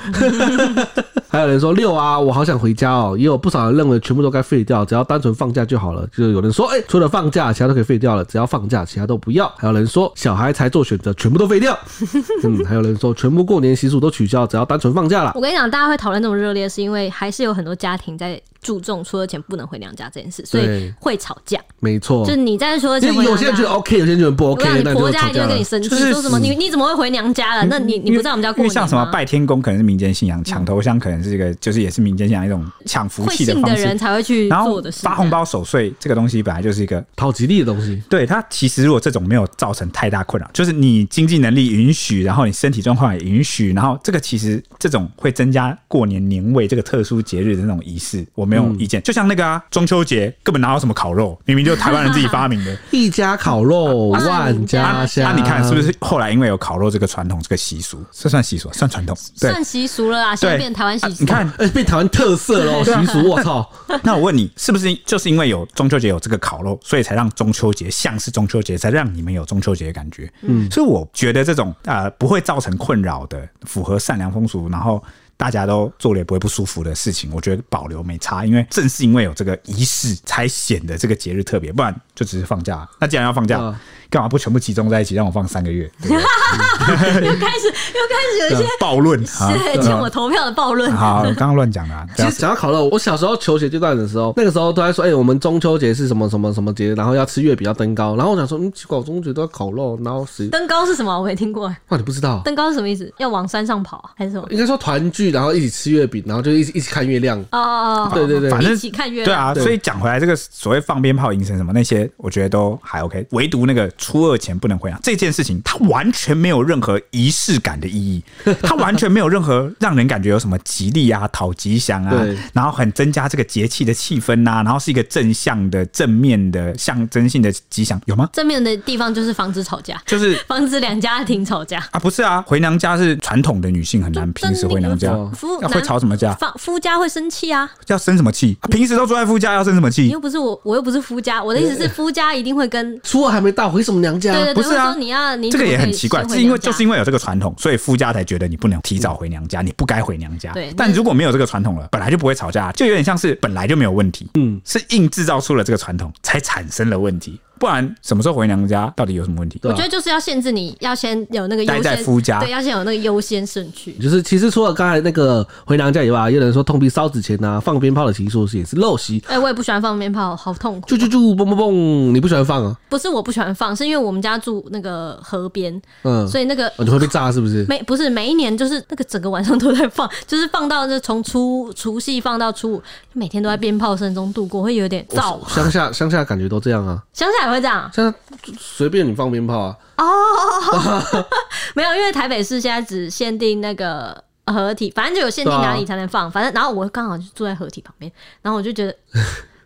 [SPEAKER 1] 还有人说六啊，我好想回家哦。也有不少人认为全部都该废掉，只要单纯放假就好了。就有人说，哎、除了放假，其他都可以废掉了，只要放假，其他都不要。还有人说，小孩才做选择，全部都废掉。 嗯，还有人说，全部过年习俗都取消，只要单纯放假 了。
[SPEAKER 2] 我跟你讲，大家会讨论这么热烈，是因为还是有很多家庭在注重除了钱不能回娘家这件事，所以
[SPEAKER 1] 对
[SPEAKER 2] 会吵架。
[SPEAKER 1] 没
[SPEAKER 3] 哦
[SPEAKER 1] 错
[SPEAKER 2] 就，你在说了
[SPEAKER 1] 因
[SPEAKER 2] 钱
[SPEAKER 1] 为
[SPEAKER 2] 回
[SPEAKER 1] 有
[SPEAKER 2] 娘
[SPEAKER 1] 些
[SPEAKER 2] 家
[SPEAKER 1] 人觉得 OK，有些人觉得不
[SPEAKER 2] 我跟
[SPEAKER 1] OK，
[SPEAKER 2] 你
[SPEAKER 1] 那
[SPEAKER 2] 讲，
[SPEAKER 1] 就
[SPEAKER 2] 你婆啊家
[SPEAKER 1] 吵
[SPEAKER 2] 一
[SPEAKER 1] 架
[SPEAKER 2] 定会跟
[SPEAKER 1] 了
[SPEAKER 2] 你。生气，
[SPEAKER 3] 就是嗯
[SPEAKER 2] 说什么你你怎么会回娘家啊了？那你你不知道我们家
[SPEAKER 3] 因
[SPEAKER 2] 过
[SPEAKER 3] 为
[SPEAKER 2] 年
[SPEAKER 3] 像什么
[SPEAKER 2] 吗？
[SPEAKER 3] 拜天公，可能是民间信仰，抢头香可能是一个，就是也是民间信仰一种抢福
[SPEAKER 2] 会
[SPEAKER 3] 气的
[SPEAKER 2] 信
[SPEAKER 3] 方
[SPEAKER 2] 的
[SPEAKER 3] 式
[SPEAKER 2] 人。才会去
[SPEAKER 3] 然
[SPEAKER 2] 做
[SPEAKER 3] 后
[SPEAKER 2] 的事。
[SPEAKER 3] 发红包守岁这个东西本来就是一个
[SPEAKER 1] 讨吉利的东西，
[SPEAKER 3] 对它其实如果这种没有造成太大困扰，就是你经济能力允许，然后你身体状况也允许，然后这个其实这种会增加过年年味这个特殊节日的那种仪式，我没有意
[SPEAKER 2] 嗯
[SPEAKER 3] 见。就像那个啊，中秋节根本哪有什么烤肉，明明就是台湾人自己 发明的。
[SPEAKER 1] 一家烤肉万家香。哦
[SPEAKER 3] 那、啊你看是不是后来因为有烤肉这个传统这个习俗，这算习俗啊算传统？对
[SPEAKER 2] 算习俗了啦，现在
[SPEAKER 3] 对
[SPEAKER 2] 变台湾习
[SPEAKER 3] 啊
[SPEAKER 2] 俗。
[SPEAKER 3] 你看，啊
[SPEAKER 1] 哎、被台湾特色 喽，习俗，我操！
[SPEAKER 3] 那我问你，是不是就是因为有中秋节有这个烤肉，所以才让中秋节像是中秋节，才让你们有中秋节的感觉？嗯，所以我觉得这种呃不会造成困扰的，符合善良风俗，然后。大家都做了也不会不舒服的事情，我觉得保留没差，因为正是因为有这个仪式，才显得这个节日特别，不然就只是放假。那既然要放假
[SPEAKER 1] 嗯，
[SPEAKER 3] 干嘛不全部集中在一起，让我放三个月？对不对
[SPEAKER 2] 又开始又开 始有一些
[SPEAKER 3] 暴论 啊！
[SPEAKER 2] 对欠我投票的暴论。
[SPEAKER 3] 好，刚刚乱讲的、啊，不
[SPEAKER 1] 其
[SPEAKER 3] 要
[SPEAKER 1] 实讲到烤肉，我小时候求学阶段的时候，那个时候都在说，哎、我们中秋节是什么什么什么节，然后要吃月饼要登高，然后我想说，嗯，奇怪，我中秋节都要烤肉，然后谁？
[SPEAKER 2] 登高是什么？我没听过。
[SPEAKER 1] 哇，你不知道？
[SPEAKER 2] 登高是什么意思？要往山上跑啊还是什么？
[SPEAKER 1] 应该说团聚，然后一起吃月饼，然后就一起一起看月亮。
[SPEAKER 2] 哦哦哦，
[SPEAKER 1] 对对对
[SPEAKER 3] 反正
[SPEAKER 2] 一起看月
[SPEAKER 3] 对
[SPEAKER 2] 亮。
[SPEAKER 3] 啊，
[SPEAKER 1] 对
[SPEAKER 3] 所以讲回来，这个所谓放鞭炮、迎神什么那些，我觉得都还 OK，唯独那个初二前不能回娘这件事情，它完全没有任何仪式感的意义， 它完全没有任何让人感觉有什么吉利啊、讨吉祥啊
[SPEAKER 1] 对，
[SPEAKER 3] 然后很增加这个节气的气氛呐、然后是一个正向的、正面的、象征性的吉祥，有吗？
[SPEAKER 2] 正面的地方就是防止吵架，
[SPEAKER 3] 就是
[SPEAKER 2] 防止两家庭吵架。
[SPEAKER 3] 啊，不是啊，回娘家是传统的女性很难平时回娘家
[SPEAKER 1] 就，
[SPEAKER 2] 夫
[SPEAKER 3] 那会
[SPEAKER 2] 男
[SPEAKER 3] 吵什么架？
[SPEAKER 2] 放夫家会生气啊！
[SPEAKER 3] 要生什么气？啊平时都住在夫家，要生什么
[SPEAKER 2] 你
[SPEAKER 3] 气
[SPEAKER 2] 又？不是我，我又不是夫家。我的意思是，夫家一定会跟
[SPEAKER 1] 初二还没到，回什么娘家？
[SPEAKER 2] 对对
[SPEAKER 3] 不
[SPEAKER 2] 对，
[SPEAKER 3] 呃是啊
[SPEAKER 2] 会说你要你
[SPEAKER 3] 这
[SPEAKER 2] 怎么
[SPEAKER 3] 个也
[SPEAKER 2] 可以
[SPEAKER 3] 很奇怪
[SPEAKER 2] 先，回
[SPEAKER 3] 是因为
[SPEAKER 2] 娘家
[SPEAKER 3] 就是因为有这个传统，所以夫家才觉得你不能提早回娘家，你不该回娘家
[SPEAKER 2] 对。
[SPEAKER 3] 但如果没有这个传统了，本来就不会吵架，就有点像是本来就没有问题，嗯，是硬制造出了这个传统才产生了问题，不然什么时候回娘家到底有什么问题？
[SPEAKER 1] 对
[SPEAKER 2] 我觉得就是要限制你要先有那个优先
[SPEAKER 3] 待在夫家
[SPEAKER 2] 对，要先有那个优先顺序。
[SPEAKER 1] 就是其实除了刚才那个回娘家以外，也有人说痛批烧纸钱呐、放鞭炮的习俗是也是陋习。
[SPEAKER 2] 哎、我也不喜欢放鞭炮，好痛苦。啊
[SPEAKER 1] 啾啾啾，蹦蹦蹦，你不喜欢放啊？
[SPEAKER 2] 不是我不喜欢放，是因为我们家住那个河边，
[SPEAKER 1] 嗯，
[SPEAKER 2] 所以那个
[SPEAKER 1] 哦你会被炸是不是？
[SPEAKER 2] 每不是每一年就是那个整个晚上都在放， 就是放到这从初除夕放到初五，每天都在鞭炮声中度过，会有点燥。
[SPEAKER 1] 乡下乡下感觉都这样啊，
[SPEAKER 2] 乡下也会这样？
[SPEAKER 1] 现在随便你放鞭炮啊，
[SPEAKER 2] 没有，因为台北市现在只限定那个合体，反正就有限定
[SPEAKER 1] 啊
[SPEAKER 2] 哪里才能放，反正然后我刚好就住在合体旁边，然后我就 觉得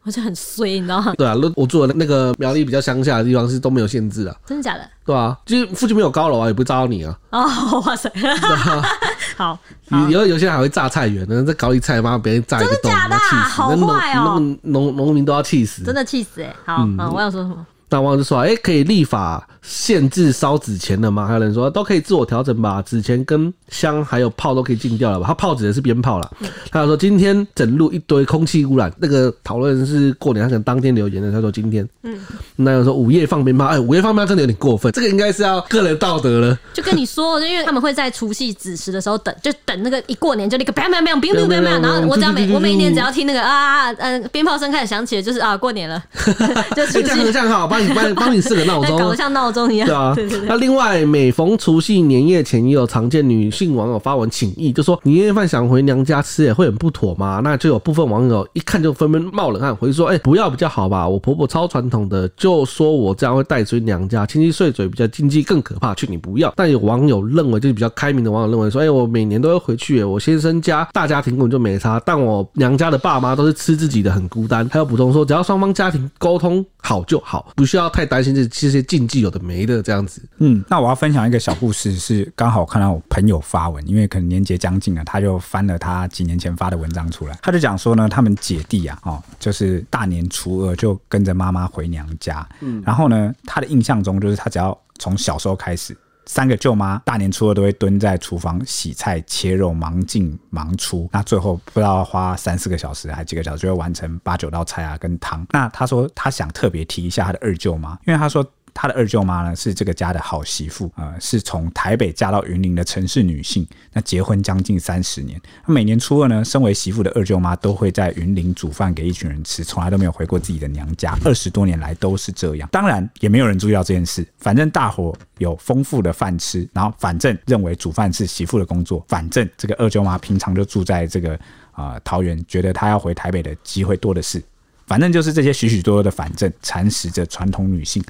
[SPEAKER 2] 我就很衰，你知道吗？
[SPEAKER 1] 对啊，那我住的那个苗栗比较乡下的地方是都没有限制啊，
[SPEAKER 2] 真的假的？
[SPEAKER 1] 对啊，就是附近没有高楼啊，也不会炸到你啊，
[SPEAKER 2] 哦， 哇塞，好，好
[SPEAKER 1] 有有有些人还会炸菜园呢，在高丽菜妈别人炸一个洞，
[SPEAKER 2] 啊真
[SPEAKER 1] 要
[SPEAKER 2] 的假的啊
[SPEAKER 1] 气死，
[SPEAKER 2] 好
[SPEAKER 1] 那农
[SPEAKER 2] 坏哦
[SPEAKER 1] 农农农民都要气死
[SPEAKER 2] 真。的气死哎、欸！好，嗯，我想说什么？
[SPEAKER 1] 那汪就说：“哎、可以立法限制烧纸钱了吗？”还有人说：“都可以自我调整吧，纸钱跟香还有炮都可以禁掉了吧？”他炮指的是鞭炮啦。他有说：“今天整路一堆空气污染。”那个讨论是过年，他可能当天留言的。他说：“今天，嗯，那有说午夜放鞭炮，哎、午夜放鞭炮真的有点过分，这个应该是要个人道德了。
[SPEAKER 2] 就跟你说，就因为他们会在除夕子时的时候等，就等那个一过年就那个 bang bang bang bing bing bing bang，然后我只要每我每一年只要听那个啊嗯鞭炮声开始响起，就是啊过年了， 就
[SPEAKER 1] 哎、
[SPEAKER 2] 除
[SPEAKER 1] 这样很
[SPEAKER 2] 夕
[SPEAKER 1] 像好，帮你帮你帮你设个闹
[SPEAKER 2] 搞
[SPEAKER 1] 钟
[SPEAKER 2] 得。”像闹钟一样
[SPEAKER 1] 对，啊
[SPEAKER 2] 对对，对，
[SPEAKER 1] 那另外每逢除夕年夜前，也有常见女性网友发文请意，就说你年夜饭想回娘家吃，也会很不妥吗？那就有部分网友一看就纷纷冒冷汗，回说：“哎、不要比较好吧，我婆婆超传统的，就说我这样会带追娘家，亲戚碎嘴比较经济更可怕，去你不要。”但有网友认为，就是比较开明的网友认为说：“哎、我每年都会回去、我先生家大家庭根本就没差，但我娘家的爸妈都是吃自己的，很孤单。”还有补充说，只要双方家庭沟通好就好，不需要太担心这这些禁忌有的没的这样子。
[SPEAKER 3] 嗯，那我要分享一个小故事，是刚好看到我朋友发文，因为可能年节将近了，他就翻了他几年前发的文章出来，他就讲说呢，他们姐弟啊，哦，就是大年初二就跟着妈妈回娘家，嗯，然后呢，他的印象中就是他只要从小时候开始。三个舅妈大年初二都会蹲在厨房洗菜、切肉，忙进忙出。那最后不知道花三四个小时还几个小时，就会完成八九道菜啊跟汤。那他说他想特别提一下他的二舅妈，因为他说她的二舅妈呢是这个家的好媳妇，呃，是从台北嫁到云林的城市女性，那结婚将近三十年。那每年初二呢，身为媳妇的二舅妈都会在云林煮饭给一群人吃，从来都没有回过自己的娘家，二十多年来都是这样。当然也没有人注意到这件事，反正大伙有丰富的饭吃，然后反正认为煮饭是媳妇的工作，反正这个二舅妈平常就住在这个呃桃园，觉得她要回台北的机会多的是。反正就是这些许许多多的反正蚕食着传统女性，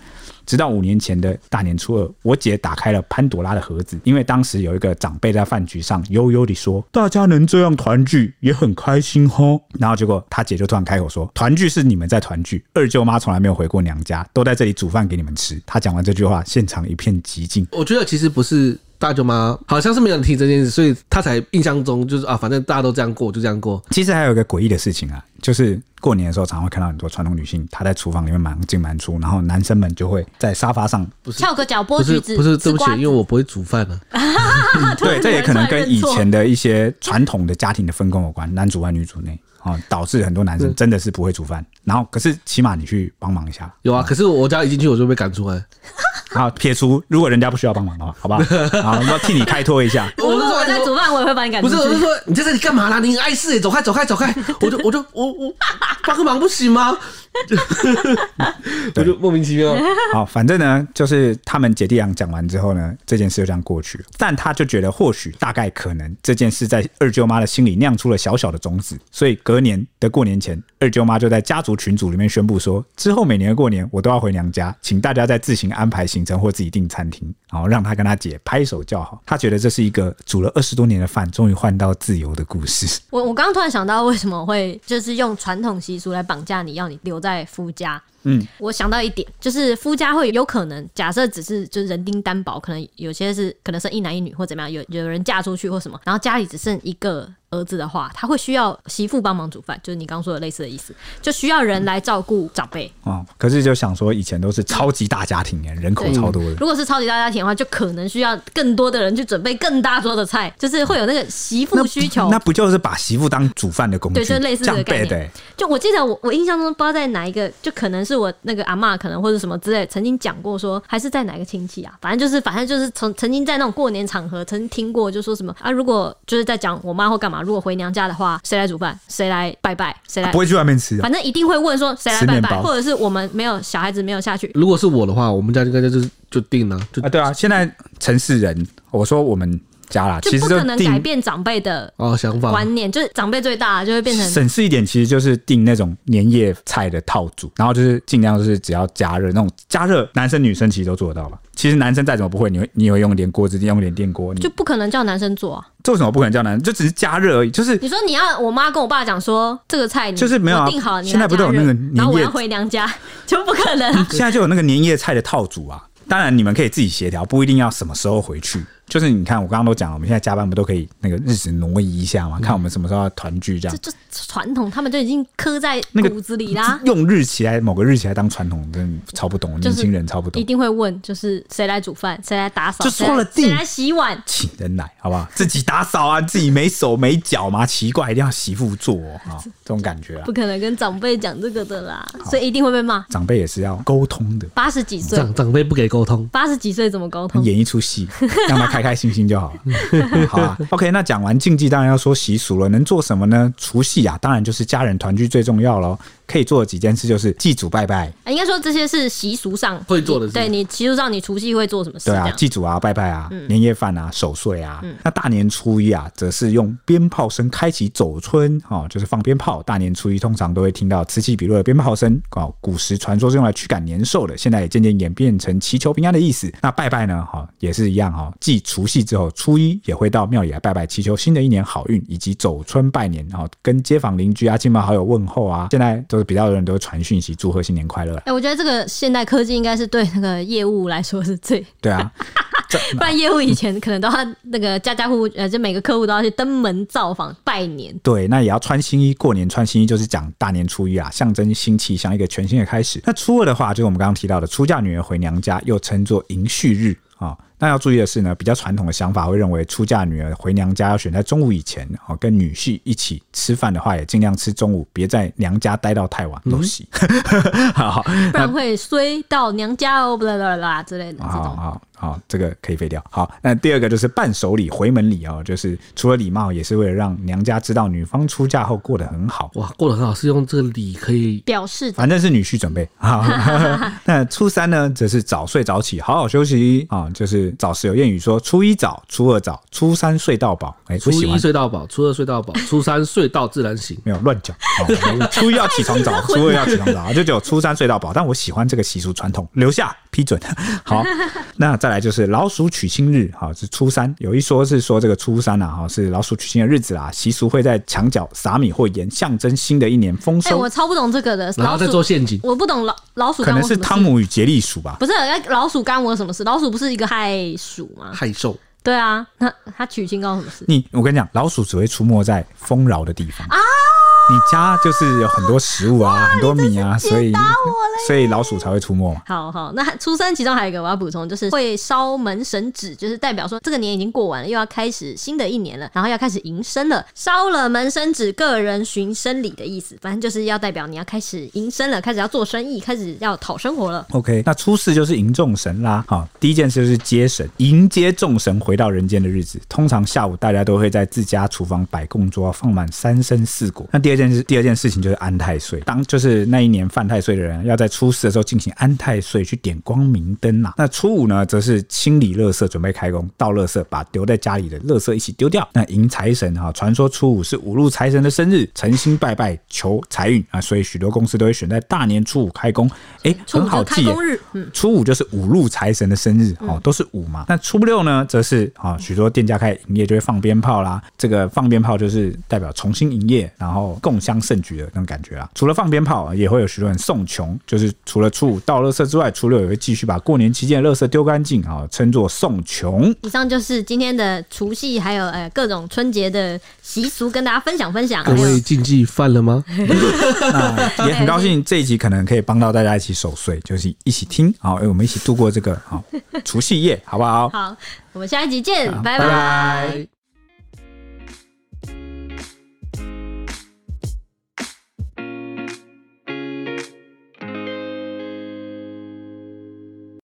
[SPEAKER 3] 直到五年前的大年初二，我姐打开了潘朵拉的盒子，因为当时有一个长辈在饭局上悠悠地说：“大家能这样团聚也很开心哦吼。”然后结果她姐就突然开口说：“团聚是你们在团聚，二舅妈从来没有回过娘家，都在这里煮饭给你们吃。”她讲完这句话，现场一片寂静。
[SPEAKER 1] 我觉得其实不是大舅妈，好像是没有人提这件事，所以她才印象中就是啊，反正大家都这样过，就这样过。
[SPEAKER 3] 其实还有一个诡异的事情啊，就是过年的时候，常会看到很多传统女性，她在厨房里面忙进忙出，然后男生们就会在沙发上
[SPEAKER 2] 翘个脚剥
[SPEAKER 1] 不是
[SPEAKER 2] 橘子，
[SPEAKER 1] 不是，对
[SPEAKER 2] 吃
[SPEAKER 1] 不起
[SPEAKER 2] 瓜，
[SPEAKER 1] 因为我不会煮饭啊。
[SPEAKER 2] 子突然
[SPEAKER 3] 对，这也可
[SPEAKER 2] 突然
[SPEAKER 3] 能跟
[SPEAKER 2] 认
[SPEAKER 3] 以
[SPEAKER 2] 错
[SPEAKER 3] 前的一些传统的家庭的分工有关，男主外女主内哦，导致很多男
[SPEAKER 2] 嗯
[SPEAKER 3] 生真的是不会煮饭。然后，可是起码你去帮忙一下。
[SPEAKER 1] 有啊，可是我家一进去我就被赶出来。
[SPEAKER 3] 然后撇除如果人家不需要帮忙的话，好吧，好，要替你开脱一下。
[SPEAKER 2] 如果我在煮饭，我也会把你赶
[SPEAKER 1] 不
[SPEAKER 2] 出
[SPEAKER 1] 是，我就
[SPEAKER 2] 去。
[SPEAKER 1] 说你在这里干嘛啦？你很碍事欸走开，走开，走 开！我就我就我我帮个忙不行吗？我就莫名其妙。
[SPEAKER 3] 好，反正呢，就是他们姐弟俩讲完之后呢，这件事就这样过去了。但他就觉得，或许大概可能这件事在二舅妈的心里酿出了小小的种子，所以隔年的过年前，二舅妈就在家族群组里面宣布说，之后每年的过年我都要回娘家，请大家再自行安排行程或自己订餐厅，然后让他跟他姐拍手叫好。他觉得这是一个煮了二十多年的饭，终于换到自由的故事。
[SPEAKER 2] 我我刚刚突然想到，为什么会就是用传统习俗来绑架你，要你留在夫家？
[SPEAKER 3] 嗯，
[SPEAKER 2] 我想到一点，就是夫家会有可能，假设只是就是人丁单薄，可能有些是可能生一男一女或怎么样，有有人嫁出去或什么，然后家里只剩一个儿子的话，他会需要媳妇帮忙煮饭，就是你刚刚说的类似的意思，就需要人来照顾长辈。
[SPEAKER 3] 哦，可是就想说，以前都是超级大家庭耶，人口
[SPEAKER 2] 对
[SPEAKER 3] 超多的。
[SPEAKER 2] 如果是超级大家庭的话，就可能需要更多的人去准备更大桌的菜，就是会有那个媳妇需求。
[SPEAKER 3] 那不就是把媳妇当煮饭的工具？
[SPEAKER 2] 对就类似这
[SPEAKER 3] 这
[SPEAKER 2] 个
[SPEAKER 3] 样
[SPEAKER 2] 概
[SPEAKER 3] 背
[SPEAKER 2] 念
[SPEAKER 3] 的欸、
[SPEAKER 2] 就我记得我我印象中不知道在哪一个，就可能是我那个阿嬷可能或者什么之类，曾经讲过说，还是在哪个亲戚啊，反正就是反正就是曾曾经在那种过年场合曾经听过，就说什么啊，如果就是在讲我妈或干嘛，如果回娘家的话，谁来煮饭，谁来拜拜，谁来。
[SPEAKER 3] 不会去外面吃、啊。
[SPEAKER 2] 哎反正一定会问说谁来
[SPEAKER 3] 吃
[SPEAKER 2] 拜
[SPEAKER 3] 面
[SPEAKER 2] 拜，
[SPEAKER 3] 包
[SPEAKER 2] 或者是我们没有小孩子没有下去，
[SPEAKER 1] 如果是我的话，我们家应该就是就定了，就
[SPEAKER 3] 啊，对啊，现在城市人，我说我们加啦，
[SPEAKER 2] 就
[SPEAKER 3] 其
[SPEAKER 2] 不
[SPEAKER 3] 实
[SPEAKER 2] 可能
[SPEAKER 3] 定啊
[SPEAKER 2] 改变长辈的
[SPEAKER 1] 哦想法。
[SPEAKER 2] 观念，就是长辈最大就会变成
[SPEAKER 3] 省事一点，其实就是订那种年夜菜的套组，然后就是尽量就是只要加热那种加热，男生女生其实都做得到吧。其实男生再怎么不会，你会你也会用点锅子，用点电锅，你
[SPEAKER 2] 就不可能叫男生做啊。
[SPEAKER 3] 这为什么不可能叫男生？就只是加热而已，就是
[SPEAKER 2] 你说你要我妈跟我爸讲说这个菜你
[SPEAKER 3] 就是没有啊
[SPEAKER 2] 我订好，你
[SPEAKER 3] 现在不
[SPEAKER 2] 都
[SPEAKER 3] 都有那个
[SPEAKER 2] 然后我
[SPEAKER 3] 年夜嗯
[SPEAKER 2] 要回娘家，就不可能啊。
[SPEAKER 3] 现在就有那个年夜菜的套组啊。当然，你们可以自己协调，不一定要什么时候回去。就是你看，我刚刚都讲了，我们现在加班不都可以那个日子挪移一下嘛？看我们什么时候要团聚这样
[SPEAKER 2] 这。嗯就传统，他们就已经刻在
[SPEAKER 3] 那个
[SPEAKER 2] 骨子里啦。
[SPEAKER 3] 用日期来某个日期来当传统，真的超不懂，
[SPEAKER 2] 就
[SPEAKER 3] 年
[SPEAKER 2] 是
[SPEAKER 3] 轻人超不懂
[SPEAKER 2] 一。定会问，就是谁来煮饭，谁来打扫，
[SPEAKER 3] 就
[SPEAKER 2] 谁
[SPEAKER 3] 说
[SPEAKER 2] 来
[SPEAKER 3] 了定
[SPEAKER 2] 谁来洗碗，
[SPEAKER 3] 请人来，好不好？自己打扫啊，自己没手没脚嘛，奇怪，一定要媳妇做哦 啊、这种感觉啊
[SPEAKER 2] 不。可能跟长辈讲这个的啦，所以一定会被骂。
[SPEAKER 3] 长辈也是要沟通的，
[SPEAKER 2] 八十几岁，
[SPEAKER 1] 长长辈不给沟通，
[SPEAKER 2] 八十几岁怎么沟通？
[SPEAKER 3] 演一 出戏，让他开开心心就好了。 嗯好啊，OK，那讲完禁忌，当然要说习俗了。能做什么呢？除夕啊，当然就是家人团聚最重要喽。可以做的几件事就是祭祖拜拜，
[SPEAKER 2] 啊应该说这些是习俗上
[SPEAKER 1] 会做的事
[SPEAKER 2] 对你习俗上你除夕会做什么事？
[SPEAKER 3] 对
[SPEAKER 2] 这
[SPEAKER 3] 啊，
[SPEAKER 2] 样嗯
[SPEAKER 3] 祭祖啊，拜拜啊，年夜饭啊，守岁啊。那大年初一啊，则是用鞭炮声开启走春哦，就是放鞭炮。大年初一通常都会听到此起彼落的鞭炮声哦。古时传说是用来驱赶年兽的，现在也渐渐演变成祈求平安的意思。那拜拜呢，哈、也是一样哈、哦，继除夕之后，初一也会到庙里来拜拜，祈求新的一年好运，以及走春拜年哦，跟街坊邻居啊、亲朋好友问候啊。现在都是比较多人都会传讯息祝贺新年快乐了，
[SPEAKER 2] 哎、我觉得这个现代科技应该是对那个业务来说是最，
[SPEAKER 3] 对啊。这
[SPEAKER 2] 不然业务以前可能都要那个家家户户呃，就每个客户都要去登门造访拜 年。
[SPEAKER 3] 对，那也要穿新衣。过年穿新衣就是讲大年初一啊，象征新气象，一个全新的开始。那初二的话，就是我们刚刚提到的出嫁女儿回娘家，又称作迎婿日啊、那要注意的是呢，比较传统的想法会认为出嫁女儿回娘家要选在中午以前哦，跟女婿一起吃饭的话，也尽量吃中午，别在娘家待到太晚陋习。好，
[SPEAKER 2] 不然会衰到娘家哦，不啦啦啦之类的这
[SPEAKER 3] 好
[SPEAKER 2] 种。
[SPEAKER 3] 好好，这个可以废掉。好，那第二个就是伴手礼、回门礼哦，就是除了礼貌，也是为了让娘家知道女方出嫁后过得很好。
[SPEAKER 1] 哇，过得很好，是用这个礼可以
[SPEAKER 2] 表示
[SPEAKER 3] 反正是女婿准备啊。 那初三呢，则是早睡早起，好好休息啊。就是早时有谚语说，初一早，初二早，初三睡到饱。哎、
[SPEAKER 1] 初
[SPEAKER 3] 不喜
[SPEAKER 1] 一
[SPEAKER 3] 欢。
[SPEAKER 1] 睡到饱，初二睡到 饱，初三睡到自然醒。
[SPEAKER 3] 没有乱讲、 哦初一要起床早，初二要起床早，就只有初三睡到饱。但我喜欢这个习俗传统，留下批准。 好，那再来就是老鼠娶亲日，好、是初三，有一说是说这个初三啊，哈、是老鼠娶亲的日子啦。习俗会在墙角撒米或盐，象征新的一年丰
[SPEAKER 2] 哎、
[SPEAKER 3] 收。
[SPEAKER 2] 我超不懂这个的，
[SPEAKER 1] 然
[SPEAKER 2] 老
[SPEAKER 1] 后
[SPEAKER 2] 鼠
[SPEAKER 1] 再做陷阱，
[SPEAKER 2] 我不懂老老鼠
[SPEAKER 3] 可
[SPEAKER 2] 干我
[SPEAKER 3] 能
[SPEAKER 2] 什么
[SPEAKER 3] 是
[SPEAKER 2] 事
[SPEAKER 3] 汤，姆与杰利鼠吧。
[SPEAKER 2] 不是哎老鼠干我什么事？老鼠不是一个害鼠吗？
[SPEAKER 1] 害兽。
[SPEAKER 2] 对啊，那他娶亲干我什么事？
[SPEAKER 3] 你我跟你讲，老鼠只会出没在丰饶的地方啊。你家就是有很多食物啊，很多米啊，所以所以老鼠才会出没嘛。
[SPEAKER 2] 好好，那初三其中还有一个我要补充，就是会烧门神纸，就是代表说这个年已经过完了，又要开始新的一年了，然后要开始迎生了。烧了门神纸，个人寻生礼的意思，反正就是要代表你要开始营生了，开始要做生意，开始要讨生活了。
[SPEAKER 3] OK，那初四就是迎众神啦。好、第一件事就是接神，迎接众神回到人间的日子。通常下午大家都会在自家厨房摆供桌，放满三牲四果。那第二件事，第二件事情就是安太岁，当就是那一年犯太岁的人，要在初四的时候进行安太岁，去点光明灯呐、那初五呢，则是清理垃圾，准备开工，倒垃圾，把留在家里的垃圾一起丢掉。那迎财神哈、传说初五是五路财神的生日，诚心拜拜求财运啊，所以许多公司都会选在大年初五开工。哎、
[SPEAKER 2] 初
[SPEAKER 3] 很
[SPEAKER 2] 五就
[SPEAKER 3] 好
[SPEAKER 2] 开
[SPEAKER 3] 记耶、
[SPEAKER 2] 工日，嗯，
[SPEAKER 3] 初五就是五路财神的生日哦，都是五嘛。那初六呢，则是啊，许多店家开始营业就会放鞭炮啦。这个放鞭炮就是代表重新营业，然后共襄盛举的那种感觉啦。除了放鞭炮，也会有许多人送穷，就是除了初五倒垃圾之外，初六也会继续把过年期间的垃圾丢干净啊，哦称作送 穷。
[SPEAKER 2] 以上就是今天的除夕，还有呃各种春节的习俗，跟大家分享分享。
[SPEAKER 1] 各
[SPEAKER 2] 还有
[SPEAKER 1] 位禁忌犯了吗？
[SPEAKER 3] 那也很高兴这一集可能可以帮到大家一起守岁，就是一起听啊，哦哎我哦们一起度过这个啊除夕夜，好不好？
[SPEAKER 2] 好，我们下一集见，拜
[SPEAKER 3] 拜
[SPEAKER 2] 拜